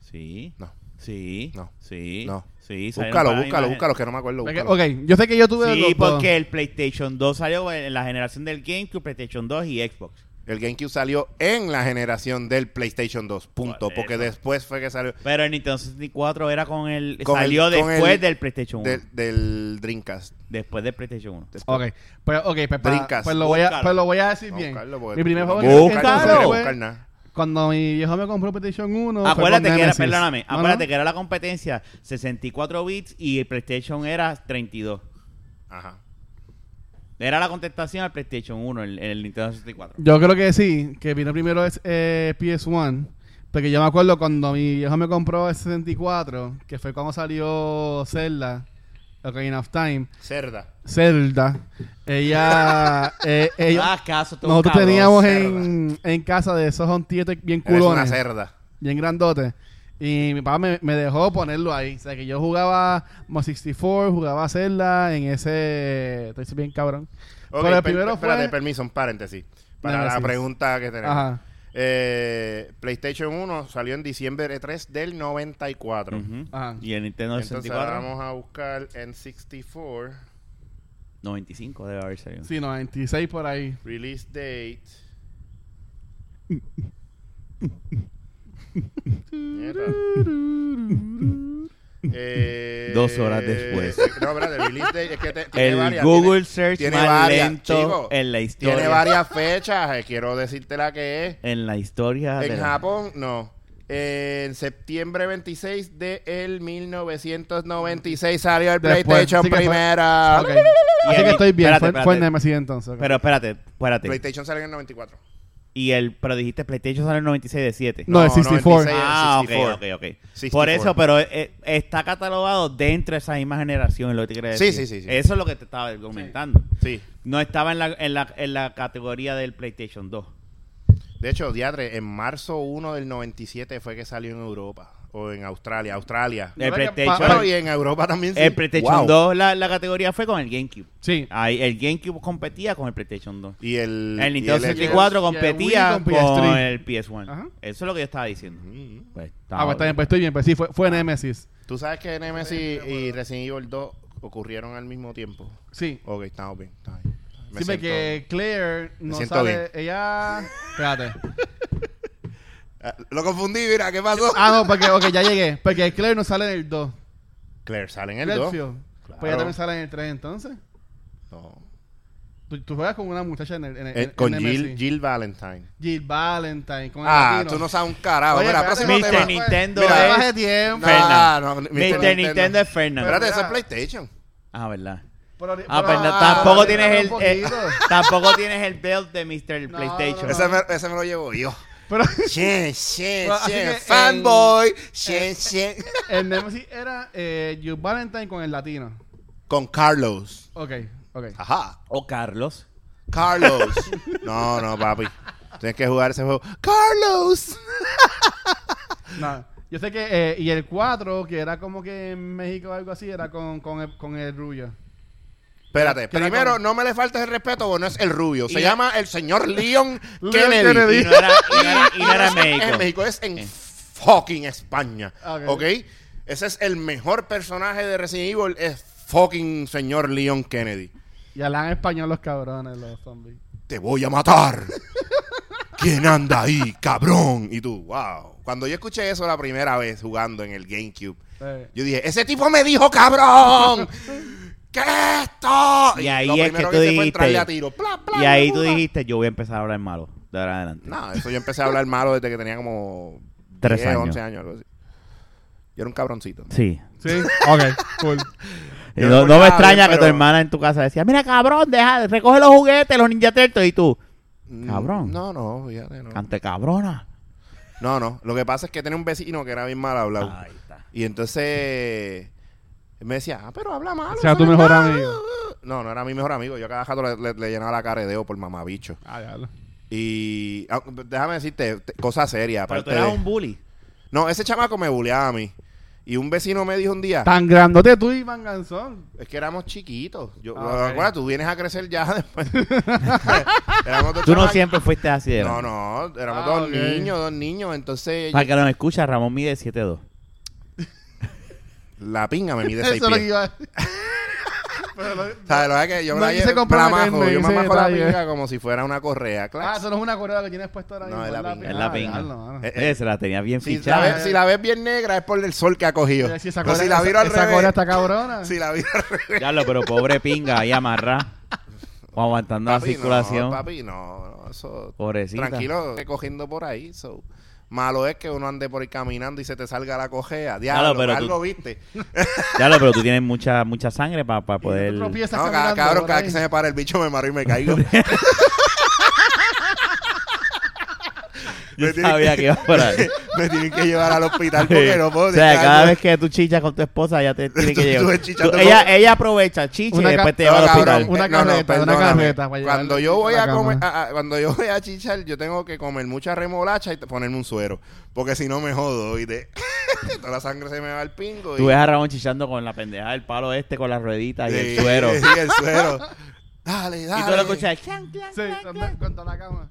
Speaker 3: Sí.
Speaker 2: No.
Speaker 3: Sí.
Speaker 2: No.
Speaker 3: Sí.
Speaker 2: No.
Speaker 3: Sí. salieron
Speaker 2: Búscalo,
Speaker 3: para la
Speaker 2: búscalo,
Speaker 3: misma-
Speaker 2: búscalo, que no me acuerdo.
Speaker 1: Ok,
Speaker 2: búscalo.
Speaker 1: ok, yo sé que yo tuve.
Speaker 3: Sí,
Speaker 1: los dos.
Speaker 3: porque el PlayStation 2 salió en la generación del GameCube, PlayStation 2 y Xbox.
Speaker 2: El GameCube salió en la generación del PlayStation 2. Punto.
Speaker 3: Por
Speaker 2: Porque
Speaker 3: eso.
Speaker 2: después fue que salió
Speaker 3: Pero el Nintendo 64 era con el...
Speaker 2: Con el-
Speaker 3: salió
Speaker 2: con
Speaker 3: después
Speaker 2: el-
Speaker 3: del PlayStation 1.
Speaker 2: de- del Dreamcast.
Speaker 3: Después del PlayStation 1.
Speaker 1: Ok, pues, okay, pues, para-
Speaker 2: Dreamcast,
Speaker 1: pues lo voy a,
Speaker 3: búscalo.
Speaker 1: pues lo voy a decir
Speaker 2: Vamos a
Speaker 1: bien.
Speaker 2: buscarlo, porque
Speaker 1: Mi
Speaker 2: tú-
Speaker 1: primer
Speaker 2: no
Speaker 1: juego
Speaker 2: me
Speaker 1: en el
Speaker 2: buscas, no
Speaker 1: Nintendo
Speaker 2: quieres
Speaker 3: Búscalo.
Speaker 1: fue
Speaker 2: buscar nada.
Speaker 1: Cuando mi viejo me compró PlayStation 1. fue
Speaker 3: Acuérdate
Speaker 1: con
Speaker 3: que era,
Speaker 1: Nemesis.
Speaker 3: perdóname,
Speaker 1: No, no.
Speaker 3: acuérdate que era la competencia 64 bits y el PlayStation era 32.
Speaker 2: Ajá.
Speaker 3: Era la contestación al PlayStation 1, el, el Nintendo 64.
Speaker 1: Yo creo que sí, que vino primero es eh, PS1. Porque yo me acuerdo cuando mi viejo me compró el 64, que fue cuando salió Zelda, Ocarina of Time.
Speaker 2: Cerda.
Speaker 1: Zelda, ella. eh, ella-
Speaker 3: Ah, caso, tú un
Speaker 1: nosotros
Speaker 3: cabrón.
Speaker 1: teníamos en, en casa de esos un tío bien
Speaker 2: Eres una
Speaker 1: culones,
Speaker 2: cerda.
Speaker 1: bien grandote. Y mi papá me, me dejó ponerlo ahí. O sea, que yo jugaba Mo 64, jugaba Zelda en ese. Estoy bien cabrón.
Speaker 2: Ok,
Speaker 1: Pero el
Speaker 2: per-
Speaker 1: primero fue.
Speaker 2: espérate, permiso, un paréntesis. Para la
Speaker 1: Nemesis.
Speaker 2: pregunta que tenemos.
Speaker 1: Ajá.
Speaker 2: Eh, PlayStation 1 salió en diciembre 3 del 94.
Speaker 3: Ujú.
Speaker 1: Ajá.
Speaker 3: Y el Nintendo
Speaker 2: Entonces
Speaker 3: 64,
Speaker 2: ahora vamos a buscar en 64
Speaker 3: 95 debe haber salido.
Speaker 1: Sí, 96 por ahí.
Speaker 2: release date. Mierda. Eh,
Speaker 3: Dos horas después.
Speaker 2: No, espérate, release date es que te- tiene
Speaker 3: El
Speaker 2: varias,
Speaker 3: Google
Speaker 2: tiene-
Speaker 3: Search
Speaker 2: tiene
Speaker 3: más
Speaker 2: varias,
Speaker 3: lento
Speaker 2: chico.
Speaker 3: en la
Speaker 2: tiene,
Speaker 3: historia.
Speaker 2: varias fechas. eh, Quiero decirte la que es.
Speaker 3: En la historia de
Speaker 2: En
Speaker 3: la-
Speaker 2: Japón, no. En septiembre 26 de el 1996 salió el
Speaker 1: Después,
Speaker 2: PlayStation
Speaker 1: sí que fue-
Speaker 2: primera.
Speaker 1: Ah, Ok.
Speaker 3: Y
Speaker 1: Así
Speaker 3: el-
Speaker 1: que estoy bien.
Speaker 3: espérate,
Speaker 1: fue,
Speaker 3: espérate.
Speaker 1: fue en Nemesis entonces. ok.
Speaker 3: Pero espérate, espérate.
Speaker 2: PlayStation salió en el 94.
Speaker 3: Y el, pero dijiste PlayStation sale en 96 de 7.
Speaker 1: no, es 64.
Speaker 2: 96.
Speaker 3: Ah, ok,
Speaker 2: 64.
Speaker 3: ok, ok. Por eso, pero eh, está catalogado dentro de esa misma generación, es lo que te quería
Speaker 2: Sí,
Speaker 3: decir.
Speaker 2: sí, sí, sí.
Speaker 3: Eso es lo que te estaba comentando.
Speaker 2: Sí.
Speaker 3: No estaba en la, en, la, en la categoría del PlayStation 2.
Speaker 2: De hecho, Diadre, en marzo 1 del 97 fue que salió en Europa. O en Australia. Australia.
Speaker 1: No,
Speaker 3: El
Speaker 1: que-
Speaker 3: PlayStation,
Speaker 2: Bueno, y en Europa también sí.
Speaker 3: el PlayStation
Speaker 2: Wow.
Speaker 3: 2, la, la categoría fue con el GameCube.
Speaker 1: Sí.
Speaker 3: Ahí, el GameCube competía con el PlayStation 2.
Speaker 2: Y el...
Speaker 3: El
Speaker 2: y
Speaker 3: Nintendo
Speaker 2: el-
Speaker 3: 64
Speaker 1: y el Wii
Speaker 3: competía
Speaker 1: con PS3.
Speaker 3: con el PS1.
Speaker 1: Ajá.
Speaker 3: Eso es lo que yo estaba diciendo.
Speaker 2: Mm.
Speaker 3: Pues, estaba-
Speaker 1: Ah, pues está bien, pues estoy bien. Pues sí, fue, fue Nemesis.
Speaker 2: Tú sabes que Nemesis y Resident Evil 2 ocurrieron al mismo tiempo.
Speaker 1: Sí.
Speaker 2: Ok, estamos bien. Está bien. Me
Speaker 1: Sí,
Speaker 2: siento-
Speaker 1: porque Claire no
Speaker 2: siento
Speaker 1: sale.
Speaker 2: bien.
Speaker 1: Ella. Espérate.
Speaker 2: Ah, Lo confundí, mira, ¿qué pasó?
Speaker 1: Ah, no, porque ok, ya llegué. Porque Claire no sale en el 2.
Speaker 2: Claire sale en el 2.
Speaker 1: Redfield.
Speaker 2: Claro.
Speaker 1: Pues ella también sale en el 3, entonces.
Speaker 2: No.
Speaker 1: Tú, tú juegas con una muchacha en el. En el
Speaker 2: Eh,
Speaker 1: en
Speaker 2: con
Speaker 1: Nemesis.
Speaker 2: Jill, Jill Valentine.
Speaker 1: Jill Valentine. Con el
Speaker 2: Ah,
Speaker 1: latino.
Speaker 2: tú no sabes un carajo.
Speaker 1: Oye,
Speaker 2: Mira,
Speaker 1: espérate,
Speaker 2: próximo
Speaker 3: Mr.
Speaker 2: tema.
Speaker 1: pues,
Speaker 3: Nintendo
Speaker 1: Mira,
Speaker 3: es-
Speaker 1: baje tiempo.
Speaker 3: Fer- Fernan.
Speaker 2: no, Mr.
Speaker 3: Mr. Nintendo es Fernando.
Speaker 2: Espérate, eso
Speaker 1: Mira.
Speaker 2: es PlayStation.
Speaker 3: Ah, ¿verdad?
Speaker 1: Pero-
Speaker 3: Ah,
Speaker 1: pero-
Speaker 3: pues no,
Speaker 2: Ah,
Speaker 3: tampoco
Speaker 2: ah,
Speaker 3: tienes el,
Speaker 1: un
Speaker 3: eh,
Speaker 1: poquito.
Speaker 3: tampoco tienes el belt de Mr.
Speaker 1: No,
Speaker 3: PlayStation.
Speaker 1: no,
Speaker 2: Ese me, ese me lo llevo yo.
Speaker 1: Pero
Speaker 2: Shen, shen,
Speaker 1: Bueno, así
Speaker 2: shen.
Speaker 1: que
Speaker 2: Fanboy. Shen, shen.
Speaker 1: el Nemesis era eh, Jill Valentine con el latino.
Speaker 2: Con Carlos.
Speaker 1: Ok, ok.
Speaker 2: Ajá.
Speaker 3: O Carlos.
Speaker 2: Carlos. No, no, papi. Tienes que jugar ese juego. Carlos.
Speaker 1: No, yo sé que. eh, y el 4, que era como que en México o algo así, era con, con, el, con el rubio.
Speaker 2: Espérate,
Speaker 1: ¿Qué era
Speaker 2: primero
Speaker 1: con-
Speaker 2: no me le faltes el respeto, porque no es el rubio. Se
Speaker 3: Y-
Speaker 2: llama el señor Leon
Speaker 1: Leon
Speaker 2: Kennedy.
Speaker 1: Kennedy.
Speaker 3: Y no era, y no era- y no
Speaker 2: no
Speaker 3: era
Speaker 2: es
Speaker 3: México.
Speaker 2: En México es en fucking España.
Speaker 1: Ok.
Speaker 2: ¿Ok? Ese es el mejor personaje de Resident Evil. Es fucking señor Leon Kennedy.
Speaker 1: Y hablan español los cabrones, los zombies.
Speaker 2: Te voy a matar. ¿Quién anda ahí, cabrón? Y tú, wow. Cuando yo escuché eso la primera vez jugando en el GameCube,
Speaker 1: Eh,
Speaker 2: yo dije, ese tipo me dijo, cabrón. ¿Qué es esto?
Speaker 3: Y ahí
Speaker 2: lo
Speaker 3: es
Speaker 2: primero
Speaker 3: que tú
Speaker 2: hice fue
Speaker 3: dijiste-
Speaker 2: entrarle a tiro. Pla, pla,
Speaker 3: Y ahí
Speaker 2: pla,
Speaker 3: tú
Speaker 2: pla.
Speaker 3: dijiste, yo voy a empezar a hablar malo. De ahora en adelante.
Speaker 2: No, eso yo empecé a hablar malo desde que tenía como
Speaker 3: Tres
Speaker 2: 10,
Speaker 3: años.
Speaker 2: 11 años, algo así. Yo era un cabroncito.
Speaker 3: Sí.
Speaker 1: Sí, ok, cool.
Speaker 3: Y
Speaker 2: Yo
Speaker 3: No,
Speaker 2: no
Speaker 3: no me
Speaker 2: escuchaba
Speaker 3: extraña
Speaker 2: bien,
Speaker 3: que tu
Speaker 2: pero-
Speaker 3: hermana en tu casa decía, mira cabrón, deja, recoge los juguetes, los ninja turtles y tú,
Speaker 2: Mm,
Speaker 3: Cabrón.
Speaker 2: No, no, fíjate, no.
Speaker 3: cante cabrona.
Speaker 2: No, no. Lo que pasa es que tenía un vecino que era bien mal hablado.
Speaker 3: Ahí está.
Speaker 2: Y entonces él me decía, ah, pero habla malo.
Speaker 1: O sea,
Speaker 2: eso
Speaker 1: tu
Speaker 2: no es
Speaker 1: mejor
Speaker 2: nada".
Speaker 1: amigo.
Speaker 2: No, no era mi mejor amigo. Yo cada rato le, le- le llenaba la cara de dedo por mamabicho.
Speaker 1: Ah, ya lo-
Speaker 2: Y ah, déjame decirte, te- cosa seria.
Speaker 3: Pero tú
Speaker 2: aparte
Speaker 3: eras
Speaker 2: de-
Speaker 3: un bully.
Speaker 2: No, ese chamaco me buleaba a mí. Y un vecino me dijo un día,
Speaker 1: Tan grandote tú y Manganzón.
Speaker 2: es que éramos chiquitos. Yo,
Speaker 1: Ah, ok.
Speaker 2: acuérdate, tú vienes a crecer ya después. éramos dos
Speaker 3: Tú no
Speaker 2: chamacos.
Speaker 3: siempre fuiste así de
Speaker 2: No,
Speaker 3: grande.
Speaker 2: no, éramos
Speaker 1: Ah,
Speaker 2: dos
Speaker 1: ok.
Speaker 2: niños, dos niños. Entonces,
Speaker 3: Para que nos escucha, Ramón mide 7'2.
Speaker 2: la pinga me mide
Speaker 1: Eso
Speaker 2: seis
Speaker 1: es lo que
Speaker 2: pies.
Speaker 1: iba a decir. Pero lo-
Speaker 2: O sea, lo que es que yo
Speaker 1: No
Speaker 2: me la
Speaker 1: quise
Speaker 2: lle-
Speaker 1: comprometerme,
Speaker 2: me la majo, yo me
Speaker 1: ese
Speaker 2: majo la
Speaker 1: detalle.
Speaker 2: pinga como si fuera una correa, claro.
Speaker 1: Ah, eso no es una correa que tienes puesto ahora
Speaker 2: No,
Speaker 1: mismo.
Speaker 2: es la pinga.
Speaker 3: Es la
Speaker 1: Ah,
Speaker 3: pinga.
Speaker 1: diablo, mano.
Speaker 2: Eh, eh,
Speaker 3: Eh, se la tenía bien
Speaker 2: si, la
Speaker 3: fichada.
Speaker 2: ves, si la ves bien negra es por el sol que ha cogido.
Speaker 1: Pero Eh, si esa
Speaker 2: Pero
Speaker 1: correa-
Speaker 2: si la viro al
Speaker 1: esa
Speaker 2: revés,
Speaker 1: correa está cabrona.
Speaker 2: si la viro al revés.
Speaker 3: Ya lo, pero pobre pinga ahí amarrada. o aguantando
Speaker 2: Papi,
Speaker 3: la
Speaker 2: No,
Speaker 3: circulación.
Speaker 2: papi, no, no, eso.
Speaker 3: Pobrecita.
Speaker 2: Tranquilo, que cogiendo por ahí. so. Malo es que uno ande por ahí caminando y se te salga la cojea.
Speaker 3: Claro,
Speaker 2: Diablo,
Speaker 3: pero tú-
Speaker 2: algo viste.
Speaker 3: Ya lo, pero tú tienes mucha mucha sangre para poder.
Speaker 1: Tú tropiezas
Speaker 2: No, cada,
Speaker 1: caminando
Speaker 2: cabrón,
Speaker 1: por
Speaker 2: cada
Speaker 1: ahí.
Speaker 2: que se me para el bicho me maro y me caigo.
Speaker 3: Yo
Speaker 2: Me tienen
Speaker 3: sabía que iba por ahí.
Speaker 2: me tienen que llevar al hospital porque no puedo.
Speaker 3: o sea,
Speaker 2: dejarlo.
Speaker 3: cada vez que tú chichas con tu esposa, ya te tiene
Speaker 2: Tú-
Speaker 3: que
Speaker 2: tú
Speaker 3: llevar.
Speaker 2: chichando
Speaker 3: Tú-
Speaker 2: con-
Speaker 3: ella, ella aprovecha, chicha y
Speaker 1: Una ca-
Speaker 3: después te
Speaker 2: No,
Speaker 3: lleva al
Speaker 2: cabrón,
Speaker 3: hospital.
Speaker 1: Una
Speaker 2: eh, no, no,
Speaker 1: carreta, una
Speaker 2: perdóname.
Speaker 1: carreta para llevar
Speaker 2: Cuando
Speaker 1: el
Speaker 2: yo
Speaker 1: bicho
Speaker 2: voy
Speaker 1: a la
Speaker 2: a comer,
Speaker 1: cama.
Speaker 2: a- a- cuando yo voy a chichar, yo tengo que comer mucha remolacha y t- ponerme un suero, porque si no me jodo y de toda la sangre se me va al pingo. y-
Speaker 3: Tú ves a Ramón chichando con la pendeja del palo este, con las rueditas y
Speaker 2: Sí,
Speaker 3: el suero.
Speaker 2: sí, el suero. Dale, dale.
Speaker 3: Y tú lo escuchas. clan, clan,
Speaker 1: Sí,
Speaker 3: clan,
Speaker 1: con-
Speaker 3: clan.
Speaker 1: con toda la cama.